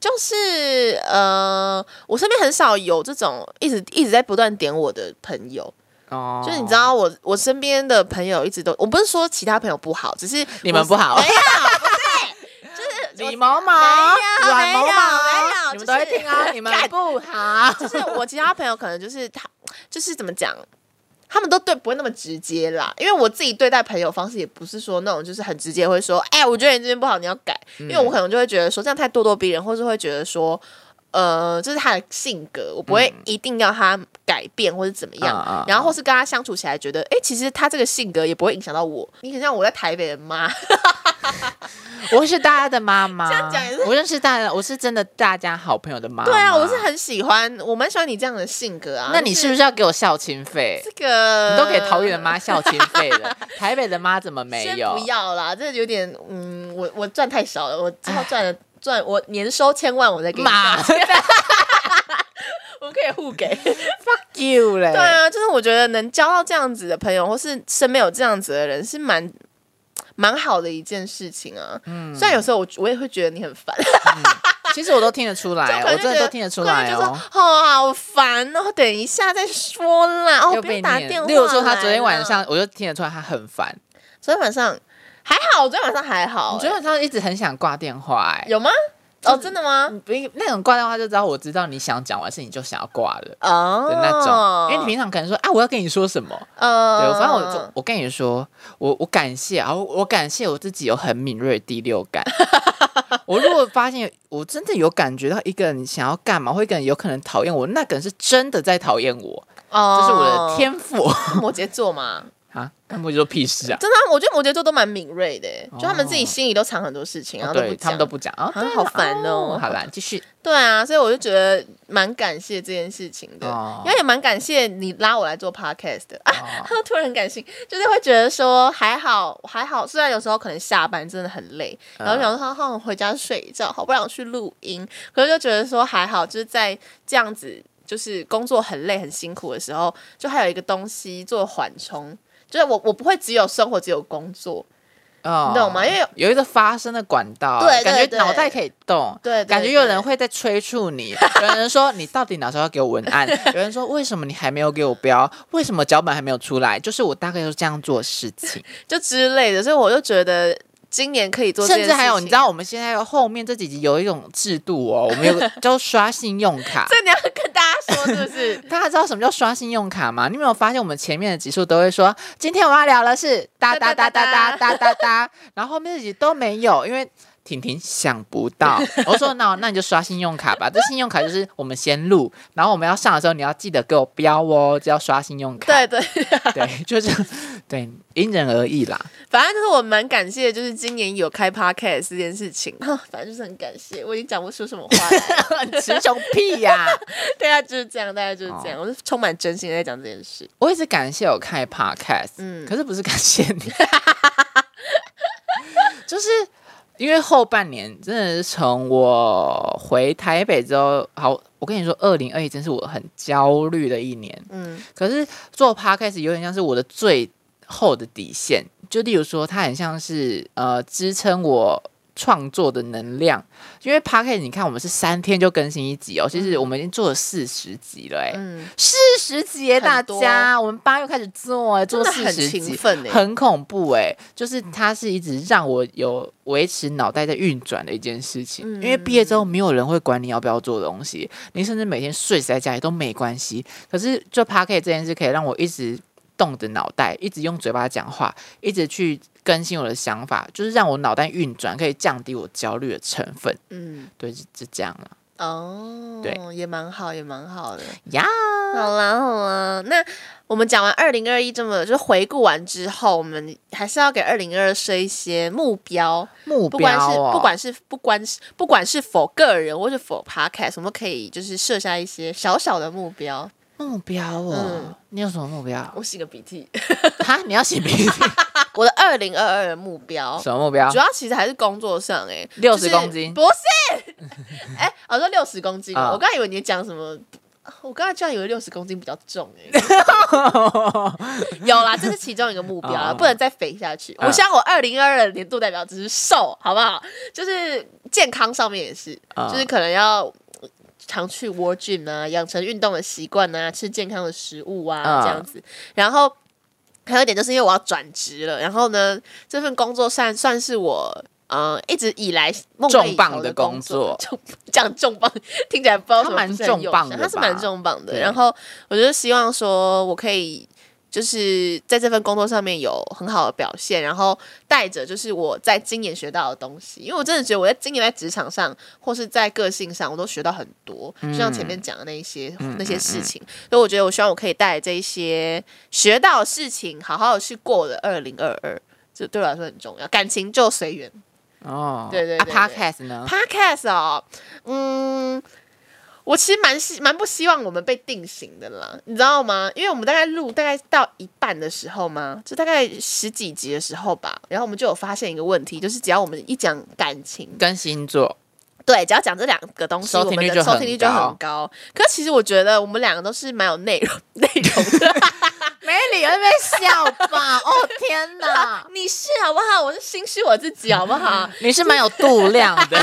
Speaker 2: 就是呃，我身边很少有这种一直一直在不断点我的朋友，
Speaker 1: 哦，
Speaker 2: 就是你知，道我我身边的朋友一直都，我不是说其他朋友不好，只是
Speaker 1: 你们
Speaker 2: 我
Speaker 1: 不好
Speaker 2: 没有， 不是，就是
Speaker 1: 李
Speaker 2: 我。
Speaker 1: 毛毛、
Speaker 2: 没有
Speaker 1: 软毛
Speaker 2: 没有
Speaker 1: 毛，
Speaker 2: 没有
Speaker 1: 你们
Speaker 2: 就
Speaker 1: 都会
Speaker 2: 是
Speaker 1: 听 啊，你们
Speaker 2: 干
Speaker 1: 不好。
Speaker 2: 就是我其他朋友可能就是他，就是怎么讲，他们都对不会那么直接啦。因为我自己对待朋友方式也不是说那种就是很直接会说，哎、我觉得你这边不好，你要改。
Speaker 1: 嗯
Speaker 2: 因为我可能就会觉得说这样太咄咄逼人，或是会觉得说，呃，这、是他的性格，我不会
Speaker 1: 嗯
Speaker 2: 一定要他改变或是怎么样。
Speaker 1: 嗯嗯嗯
Speaker 2: 然后或是跟他相处起来，觉得哎、其实他这个性格也不会影响到我。你很像我在台北的妈，
Speaker 1: 我是大家的妈妈，
Speaker 2: 样讲也是
Speaker 1: 我认识大家，我是真的大家好朋友的妈妈。
Speaker 2: 对啊，我是。很喜欢，我蛮喜欢你这样的性格啊。
Speaker 1: 那你是不
Speaker 2: 是
Speaker 1: 是要给我孝亲费？
Speaker 2: 这个？
Speaker 1: 你都给桃园的妈孝亲费 了，台北的妈怎么没
Speaker 2: 先
Speaker 1: 有？
Speaker 2: 不要啦，这有点嗯，我我赚太少了，我之后赚了赚我年收千万，我再给你
Speaker 1: 妈
Speaker 2: 赚。 我们可以 互给。
Speaker 1: you 嘞！
Speaker 2: 对啊，就是我觉得能交到这样子的朋友，或是身边有这样子的人，是蛮蛮好的一件事情啊。嗯，虽然有时候我我也会觉得你很烦，
Speaker 1: 其实我都听得出 来，
Speaker 2: 可能
Speaker 1: 哎我
Speaker 2: 就
Speaker 1: 真
Speaker 2: 觉
Speaker 1: 的都
Speaker 2: 得
Speaker 1: 听得出
Speaker 2: 可能
Speaker 1: 来
Speaker 2: 就
Speaker 1: 哦
Speaker 2: 说。哦，好烦哦，等一下再说啦，哦，
Speaker 1: 又
Speaker 2: 不
Speaker 1: 被
Speaker 2: 用打
Speaker 1: 念
Speaker 2: 电话。
Speaker 1: 例如说，他昨天晚，上，我就听得出来他很烦。
Speaker 2: 昨天晚上还好，我昨天晚上还好、
Speaker 1: 我昨天晚上一直很想挂电话，哎嗯
Speaker 2: 欸，哦有吗？哦，真的吗？
Speaker 1: 不那种挂电话就知道，我知道你想讲完事，你就想要挂了
Speaker 2: 哦
Speaker 1: 嗯的那种。因为你平常可能说啊，我要跟你说什么，
Speaker 2: 呃，
Speaker 1: 对，反正我就我跟你说，我我感谢啊，我我感谢我自己有很敏锐的第六 感。我如果发现我真的有感觉到一个人想要干嘛，或一个人有可能讨厌我，那个人是真的在讨厌我，
Speaker 2: 哦
Speaker 1: 这是我的天赋
Speaker 2: 摩羯座嘛，
Speaker 1: 啊！那么就说屁事啊！
Speaker 2: 真的啊、我觉得摩羯座都蛮敏锐的耶，
Speaker 1: 哦
Speaker 2: 就他们自己心里都藏很多事情，然后都不
Speaker 1: 对
Speaker 2: 讲
Speaker 1: 他们都不讲啊，
Speaker 2: 啊
Speaker 1: 对
Speaker 2: 好烦哦
Speaker 1: 好啦，继续
Speaker 2: 对啊，所以我就觉得蛮感谢这件事情的，
Speaker 1: 哦
Speaker 2: 然后也蛮感谢你拉我来做 podcast 的。啊
Speaker 1: 哦
Speaker 2: 突然很感性，就是会觉得说还好还好，虽然有时候可能下班真的很累，
Speaker 1: 嗯
Speaker 2: 然后想说好想回家睡一觉，好不想去录音，可是就觉得说还好，就是在这样子就是工作很累很辛苦的时候，就还有一个东西做缓冲，就是我我不会只有生活只有工作，
Speaker 1: 哦
Speaker 2: 你懂吗因为
Speaker 1: 有一个发声的管道，
Speaker 2: 对对
Speaker 1: 感觉
Speaker 2: 对
Speaker 1: 脑袋可以动，
Speaker 2: 对对
Speaker 1: 感觉有
Speaker 2: 对
Speaker 1: 人会在催促你，有人说你到底哪时候要给我文案，有人说为什么你还没有给我标，为什么脚本还没有出来，就是我大概就是这样做事情，
Speaker 2: 就之类的，所以我就觉得今年可以 做这
Speaker 1: 甚
Speaker 2: 件事
Speaker 1: 至
Speaker 2: 情，
Speaker 1: 还有你知道我们现在后面这几集有一种制度哦，我们有个叫刷信用卡。
Speaker 2: 这你要跟大家说是不是？
Speaker 1: 大家知道什么叫刷信用卡吗？你有没有发现我们前面的集数都会说，今天我们要聊的是哒哒哒哒哒哒哒哒， 然后后面的集都没有，因为婷婷想不 到。我说那那你就刷信用卡吧，这信用卡就是我们先录， 然后我们要上的时候你要记得给我标哦，就要刷信用卡。
Speaker 2: 对对，
Speaker 1: 对，就是对，因人而异 啦。
Speaker 2: 反正就是我蛮感谢，就是今年有开 podcast 这件事情， 反正就是很感谢。我已经讲不出什么话来了，
Speaker 1: 雌雄屁呀、
Speaker 2: 对啊，就是这样，大概就是这样。我是充满真心地在讲这件事。
Speaker 1: 我一直感谢我开 podcast，
Speaker 2: 嗯
Speaker 1: 可是不是感谢你， 就是因为后半年真的是从我回台北之后，好，我跟你说，二零二一真是我很焦虑的一年。
Speaker 2: 嗯
Speaker 1: 可是做 podcast 有点像是我的最后的底线，就例如说，它很像是呃支撑我。创作的能量，因为 p o c a s t 你看我们是三天就更新一集哦，其实我们已经做了四十集了、哎、
Speaker 2: 嗯，
Speaker 1: 四十集耶，
Speaker 2: 很
Speaker 1: 大
Speaker 2: 多
Speaker 1: 家，我们八月开始做耶，
Speaker 2: 真
Speaker 1: 做
Speaker 2: 的
Speaker 1: 四
Speaker 2: 很
Speaker 1: 十
Speaker 2: 勤
Speaker 1: 集，
Speaker 2: 奋哎、
Speaker 1: 很恐怖哎、就是它是一直让我有维持脑袋在运转的一件事情。
Speaker 2: 嗯
Speaker 1: 因为毕业之后没有人会管你要不要做东西，你甚至每天睡死在家里都没关系。可是就 p a r k 这件事可以让我一直动着脑袋，一直用嘴巴讲话，一直去更新我的想法，就是让我脑袋运转，可以降低我焦虑的成分。
Speaker 2: 嗯
Speaker 1: 对，就就这样了
Speaker 2: 哦，
Speaker 1: 对，
Speaker 2: 也蛮好，也蛮好的。
Speaker 1: 呀。
Speaker 2: 好啦好啦，那我们讲完二零二一这么就回顾完之后，我们还是要给二零二设一些目标，
Speaker 1: 目
Speaker 2: 不管
Speaker 1: 标、
Speaker 2: 是
Speaker 1: 哦、
Speaker 2: 不管是不管是不管是否个人或是否 podcast，我们可以就是设下一些小小的目标。
Speaker 1: 目标哦，
Speaker 2: 嗯
Speaker 1: 你有什么目标？
Speaker 2: 我擤个鼻涕，
Speaker 1: 哈，你要写笔记？
Speaker 2: 啊我的二零二二的目标。
Speaker 1: 什么目标
Speaker 2: 主？要其实还是工作上哎、欸，
Speaker 1: 60
Speaker 2: 就是
Speaker 1: 啊公斤
Speaker 2: 不是？哎、我说六十公斤哦，
Speaker 1: 啊
Speaker 2: 我刚才以为你讲什么，我刚才居然以为六十公斤比较重 哎、有啦，这是其中一个目标啦，
Speaker 1: 啊
Speaker 2: 不能再肥下去。
Speaker 1: 啊
Speaker 2: 我想我二零二二的年度代表只是瘦，好不好？就是健康上面也是，
Speaker 1: 啊
Speaker 2: 就是可能要。常去 w o r gym 啊，养成运动的习惯啊，吃健康的食物啊，
Speaker 1: 啊
Speaker 2: 这样子。然后还有一点就是因为我要转职了，然后呢，这份工作算算是我呃一直以来梦寐以
Speaker 1: 重磅
Speaker 2: 求
Speaker 1: 的
Speaker 2: 工
Speaker 1: 工作
Speaker 2: 重 讲重磅听起来不知道
Speaker 1: 它
Speaker 2: 为什么
Speaker 1: 蛮
Speaker 2: 不是很
Speaker 1: 重
Speaker 2: 友
Speaker 1: 磅
Speaker 2: 善
Speaker 1: 的
Speaker 2: 它是
Speaker 1: 吧
Speaker 2: 蛮重磅的。
Speaker 1: 对
Speaker 2: 然后我就是希望说我可以。就是在这份工作上面有很好的表现，然后带着就是我在今年学到的东西，因为我真的觉得我在今年在职场上或是在个性上，我都学到很多，就像前面讲的那一些、那些事情，所以我觉得我希望我可以带这一些学到的事情，好好的去过我的二零二二，这对我来说很重要。感情就随缘。
Speaker 1: 哦，
Speaker 2: 对对对对
Speaker 1: 啊，Podcast 呢？
Speaker 2: Podcast 哦，嗯，我其实蛮希蛮不希望我们被定型的啦，你知道吗？因为我们大概录大概到一半的时候嘛，就大概十几集的时候吧，然后我们就有发现一个问题，就是只要我们一讲感情，
Speaker 1: 跟星座
Speaker 2: 对，只要讲这两个东西，
Speaker 1: 收
Speaker 2: 我
Speaker 1: 听
Speaker 2: 们
Speaker 1: 率
Speaker 2: 的
Speaker 1: 就
Speaker 2: 收
Speaker 1: 很
Speaker 2: 听率就很
Speaker 1: 高
Speaker 2: 高。可其实我觉得我们两个都是蛮有内容 内容的。
Speaker 1: 没理由被笑 吧？哦天哪，
Speaker 2: 你是好不好？我是心虚我自己好不 好？
Speaker 1: 你是蛮有度量的，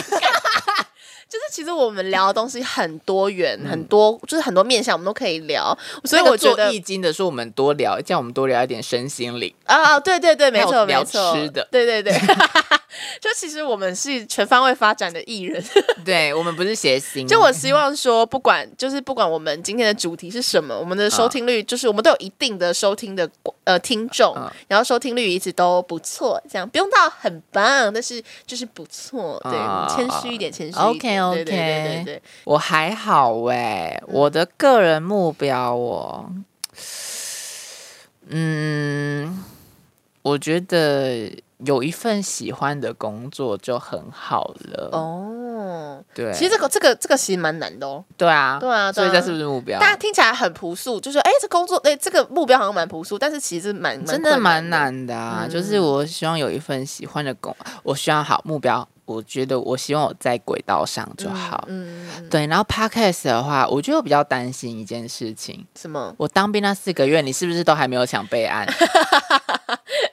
Speaker 2: 就是其实我们聊的东西很多元，很多就是很多面向，我们都可以聊。嗯所 以
Speaker 1: 那个
Speaker 2: 我觉得
Speaker 1: 做易经的说我们多聊，叫我们多聊一点身心灵。
Speaker 2: 啊、对对对，没
Speaker 1: 还有
Speaker 2: 错没
Speaker 1: 聊
Speaker 2: 错，
Speaker 1: 吃的
Speaker 2: 对对对。就其实我们是全方位发展的艺人，
Speaker 1: 嗯对我们不是谐星，
Speaker 2: 就我希望说，不管就是不管我们今天的主题是什么，我们的收听率就是我们都有一定的收听的呃听众，
Speaker 1: 嗯
Speaker 2: 然后收听率一直都不错，这样不用到很棒，但是就是不错，对，
Speaker 1: 嗯
Speaker 2: 谦虚一点，谦虚一点
Speaker 1: 啊 OK，OK
Speaker 2: 对对对对对，
Speaker 1: 我还好哎、
Speaker 2: 嗯
Speaker 1: 我的个人目标哦我，嗯，我觉得有一份喜欢的工作就很好了。
Speaker 2: 哦，
Speaker 1: 对，
Speaker 2: 其实这个这个这个其实蛮难的哦，
Speaker 1: 对啊，
Speaker 2: 对啊，对
Speaker 1: 所
Speaker 2: 啊
Speaker 1: 以这是不是目标？
Speaker 2: 大家听起来很朴素，就说哎、这工作哎、这个目标好像蛮朴素，但是其实蛮蛮
Speaker 1: 真的
Speaker 2: 困
Speaker 1: 蛮
Speaker 2: 难的。嗯
Speaker 1: 难的啊！就是我希望有一份喜欢的工，我希望好目标，我觉得我希望我在轨道上就好。
Speaker 2: 嗯，嗯
Speaker 1: 对，然后 podcast 的话，我觉得我比较担心一件事情。
Speaker 2: 什么？
Speaker 1: 我当兵那四个月，你是不是都还没有想备案？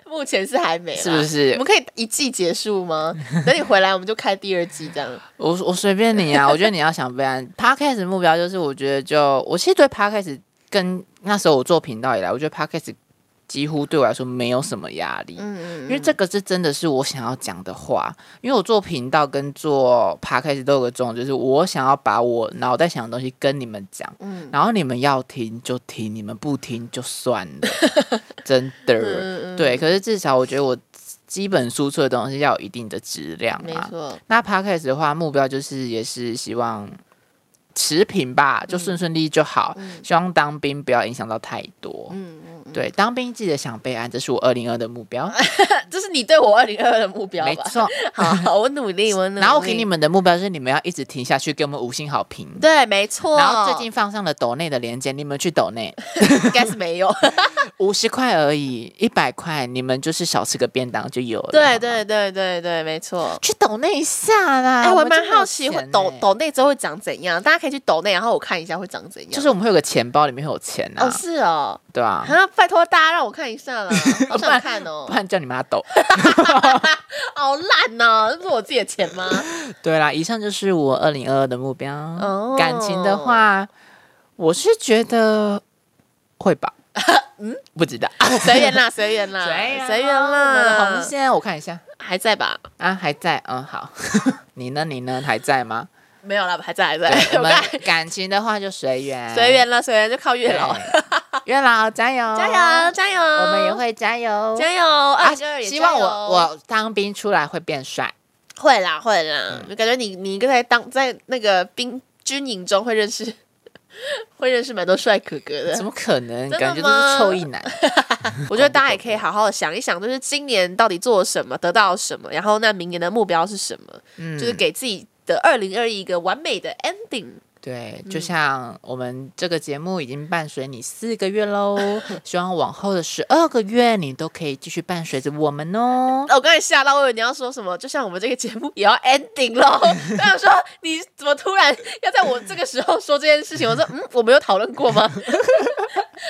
Speaker 2: 目前是还没啦，
Speaker 1: 是不是
Speaker 2: 我们可以一季结 束吗？等你回来，我们就开第二季这样。
Speaker 1: 我我随便你啊，我觉得你要想备案。podcast 目标就是，我觉得就我其实对 podcast 跟那时候我做频道以来，我觉得 podcast 几乎对我来说没有什么压力。
Speaker 2: 嗯
Speaker 1: 因为这个是真的是我想要讲的话，因为我做频道跟做 podcast 都有个重点，就是我想要把我脑袋想的东西跟你们讲，
Speaker 2: 嗯
Speaker 1: 然后你们要听就听，你们不听就算了， 真的。
Speaker 2: 嗯，
Speaker 1: 对，可是至少我觉得我基本输出的东西要有一定的质量啊
Speaker 2: 没
Speaker 1: 嘛。
Speaker 2: 错。
Speaker 1: 那 podcast 的话，目标就是也是希望
Speaker 2: 嗯
Speaker 1: 持平吧，就顺顺利利就好，希望当兵不要影响到太多。
Speaker 2: 嗯嗯嗯，
Speaker 1: 对，当兵记得想备案，这是我二零二的目 标，
Speaker 2: 啊这是你对我二零二二的目标
Speaker 1: 没
Speaker 2: 吧？
Speaker 1: 错。
Speaker 2: 好，好我努力，我努力。
Speaker 1: 然后我给你们的目标是，你们要一直停下去，给我们五星好 评。
Speaker 2: 对，没错。
Speaker 1: 然后最近放上了抖内的链接，你们去抖内
Speaker 2: 应该是没有。
Speaker 1: 五十块而已，一百块你们就是少吃个便当就有了。好
Speaker 2: 对
Speaker 1: 吗，
Speaker 2: 对对对对，没错。
Speaker 1: 去抖内一下啦。
Speaker 2: 哎、我还
Speaker 1: 们
Speaker 2: 蛮
Speaker 1: 真的有
Speaker 2: 好奇会
Speaker 1: 钱
Speaker 2: 抖
Speaker 1: 欸，
Speaker 2: 抖内之后会长怎样，大家可以去抖内，然后我看一下会长怎样。
Speaker 1: 就是我们会有个钱包，里面会有钱啊，
Speaker 2: 哦，是哦，
Speaker 1: 对啊，
Speaker 2: 啊，拜托大家让我看一下 啦，好想看哦
Speaker 1: 不，然叫你妈抖。
Speaker 2: 好烂呐、这不是我自己的钱吗？
Speaker 1: 对啦，以上就是我二零二二的目标。
Speaker 2: 哦
Speaker 1: 感情的话，我是觉得会 吧，嗯，不知道，
Speaker 2: 随缘啦，随缘啦，随缘
Speaker 1: 我们的
Speaker 2: 啦
Speaker 1: 红，线我看一下
Speaker 2: 还在吧？
Speaker 1: 啊，还在，嗯，好。 你呢？你呢？还在吗？
Speaker 2: 没有啦，还在，还在
Speaker 1: 对，我
Speaker 2: 我
Speaker 1: 们哎
Speaker 2: 看
Speaker 1: 感情的话就随缘，
Speaker 2: 随缘啦，随缘就靠月
Speaker 1: 对，
Speaker 2: 老，
Speaker 1: 月老加油，
Speaker 2: 加油，，加油，
Speaker 1: 我们也会加油，
Speaker 2: 加油，二
Speaker 1: 啊
Speaker 2: 零二！
Speaker 1: 希望我我当兵出来会变帅，
Speaker 2: 会啦，会啦，
Speaker 1: 嗯
Speaker 2: 感觉你你刚才当在那个兵军营中会认识， 会认识蛮多帅哥哥的
Speaker 1: 怎。么可能？
Speaker 2: 真的
Speaker 1: 感觉都是
Speaker 2: 吗
Speaker 1: 臭一男。
Speaker 2: 我觉得大家也可以好好的想一想，就是今年到底做了什么，得到了什么，然后那明年的目标是什么，
Speaker 1: 嗯
Speaker 2: 就是给自己的二零二一一个完美的 ending。
Speaker 1: 对，
Speaker 2: 嗯
Speaker 1: 就像我们这个节目已经伴随你四个月喽，希望往后的十二个月你都可以继续伴随着我们哦。
Speaker 2: 哦我刚才吓到，我以为你要说什么，就像我们这个节目也要 ending 喽。 我想说，你怎么突然要在我这个时候说这件事情？我说，嗯，我们有讨论过吗？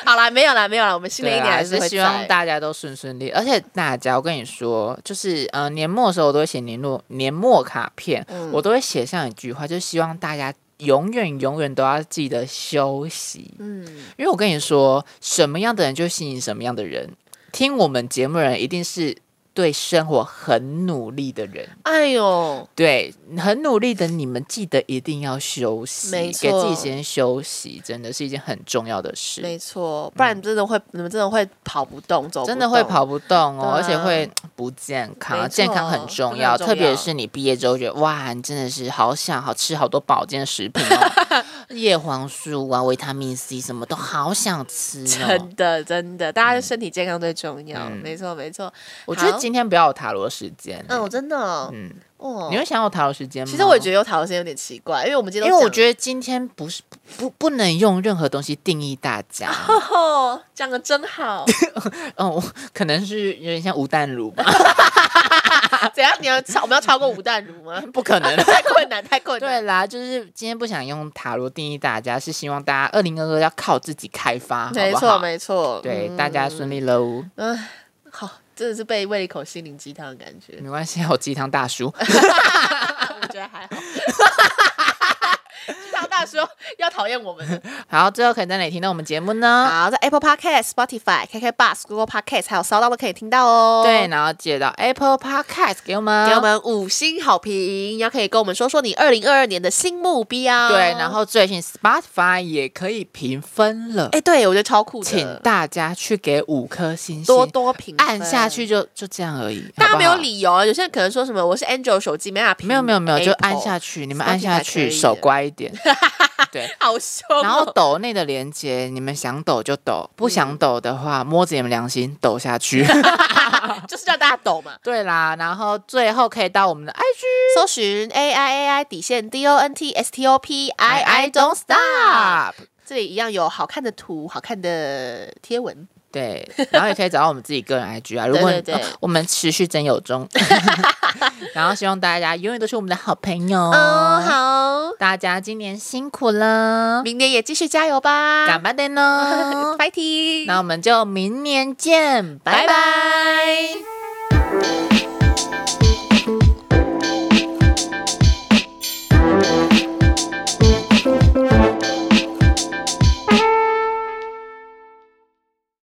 Speaker 2: 好啦，没有啦，没有啦，我们 新的一
Speaker 1: 对
Speaker 2: 年
Speaker 1: 啦
Speaker 2: 还
Speaker 1: 是
Speaker 2: 会
Speaker 1: 希望
Speaker 2: 在
Speaker 1: 大家都顺顺利，而且大家，我跟你说，就是呃年末的时候，我都会写年末年末卡片，
Speaker 2: 嗯
Speaker 1: 我都会写上一句话，就希望大家永远永远都要记得休息。
Speaker 2: 嗯，
Speaker 1: 因为我跟你说，什么样的人就吸引什么样的人。听我们节目的人一定是对生活很努力的人，
Speaker 2: 哎呦，
Speaker 1: 对，很努力的你们记得一定要休息，
Speaker 2: 没
Speaker 1: 给自己
Speaker 2: 错
Speaker 1: 时间休息，真的是一件很重要的事。
Speaker 2: 没错，不然你真的会，你们真的会跑不动，走不
Speaker 1: 嗯真的会
Speaker 2: 动
Speaker 1: 跑不动哦，
Speaker 2: 对啊
Speaker 1: 而且会不健康，
Speaker 2: 没
Speaker 1: 健康很
Speaker 2: 错
Speaker 1: 重
Speaker 2: 真的
Speaker 1: 要，
Speaker 2: 很
Speaker 1: 特别
Speaker 2: 重要
Speaker 1: 是你毕业之后觉得哇，你真的是好想好吃好多保健食品 哦，叶黄素啊、维他命 C 什么都好想吃哦。
Speaker 2: 真的，真的，大家的身体健康最重要。
Speaker 1: 嗯
Speaker 2: 没错，没错。
Speaker 1: 我觉得
Speaker 2: 好
Speaker 1: 今天不要有塔罗时间欸，
Speaker 2: 嗯，我真的哦，
Speaker 1: 嗯，
Speaker 2: 哦
Speaker 1: 你会想要有塔罗时间吗？
Speaker 2: 其实我也觉得有讨论有点奇怪，因为我们今天
Speaker 1: 因为我
Speaker 2: 得
Speaker 1: 觉得今天不是不不能用任何东西定义大家，
Speaker 2: 哦，讲的真好。
Speaker 1: 嗯，我 可能是有点像吴淡如吧，
Speaker 2: 啊怎样？你要超我们要超过吴淡如吗？
Speaker 1: 不可能。
Speaker 2: 太困难，太困
Speaker 1: 对
Speaker 2: 难。
Speaker 1: 啦，就是今天不想用塔罗定义大家，是希望大家二零二二要靠自己开发，好
Speaker 2: 没
Speaker 1: 不
Speaker 2: 错，
Speaker 1: 好？
Speaker 2: 没错。
Speaker 1: 对，
Speaker 2: 嗯
Speaker 1: 大家顺利喽，嗯
Speaker 2: 好，真的是被喂了一口心灵鸡汤的感觉。
Speaker 1: 没关系，我鸡汤大叔。
Speaker 2: 我觉得还 好。鸡汤大叔要讨厌我们了。
Speaker 1: 好，最后可以在哪里听到我们节目呢？
Speaker 2: 好，在 Apple Podcast、Spotify、KK Bus、Google Podcast 还有骚到都可以听到哦。
Speaker 1: 对，然后记得到 Apple Podcast 给我们，
Speaker 2: 给我们五星好评，要可以跟我们说说你二零二二年的新目标。
Speaker 1: 对，然后最近 Spotify 也可以评分了，
Speaker 2: 哎，对我觉得超酷的，
Speaker 1: 请大家去给五颗星星，
Speaker 2: 多多评分
Speaker 1: 按下。去就就这样而已，
Speaker 2: 大
Speaker 1: 好
Speaker 2: 家
Speaker 1: 不
Speaker 2: 没有
Speaker 1: 好。
Speaker 2: 理由，啊有些人可能说什么我是 Android 手机没办法评，
Speaker 1: 没有没有没有，就按下，去，你们按下
Speaker 2: Spotify 可
Speaker 1: 去，
Speaker 2: 以
Speaker 1: 手
Speaker 2: 的
Speaker 1: 乖一点。对，
Speaker 2: 好凶哦。
Speaker 1: 然后抖内的连接，你们想抖就抖，不想抖的话，摸着你们良心抖下去。
Speaker 2: 就是叫大家抖嘛，
Speaker 1: 对啦，然后最后可以到我们的 IG
Speaker 2: 搜寻 A I A I 底线 D O N T S T O P I I Don't Stop，
Speaker 1: Stop。
Speaker 2: 这里一样有好看的图、好看的贴文。
Speaker 1: 对，然后也可以找到我们自己个人 IG 啊。如果你
Speaker 2: 对对对
Speaker 1: 呃我们持续真友 中，然后希望大家永远都是我们的好朋友。
Speaker 2: 哦，
Speaker 1: 大家今年辛苦了
Speaker 2: 好，，明年也继续加油吧，
Speaker 1: 干巴的呢
Speaker 2: 。fighting，
Speaker 1: 那我们就明年见，拜拜。
Speaker 2: 拜拜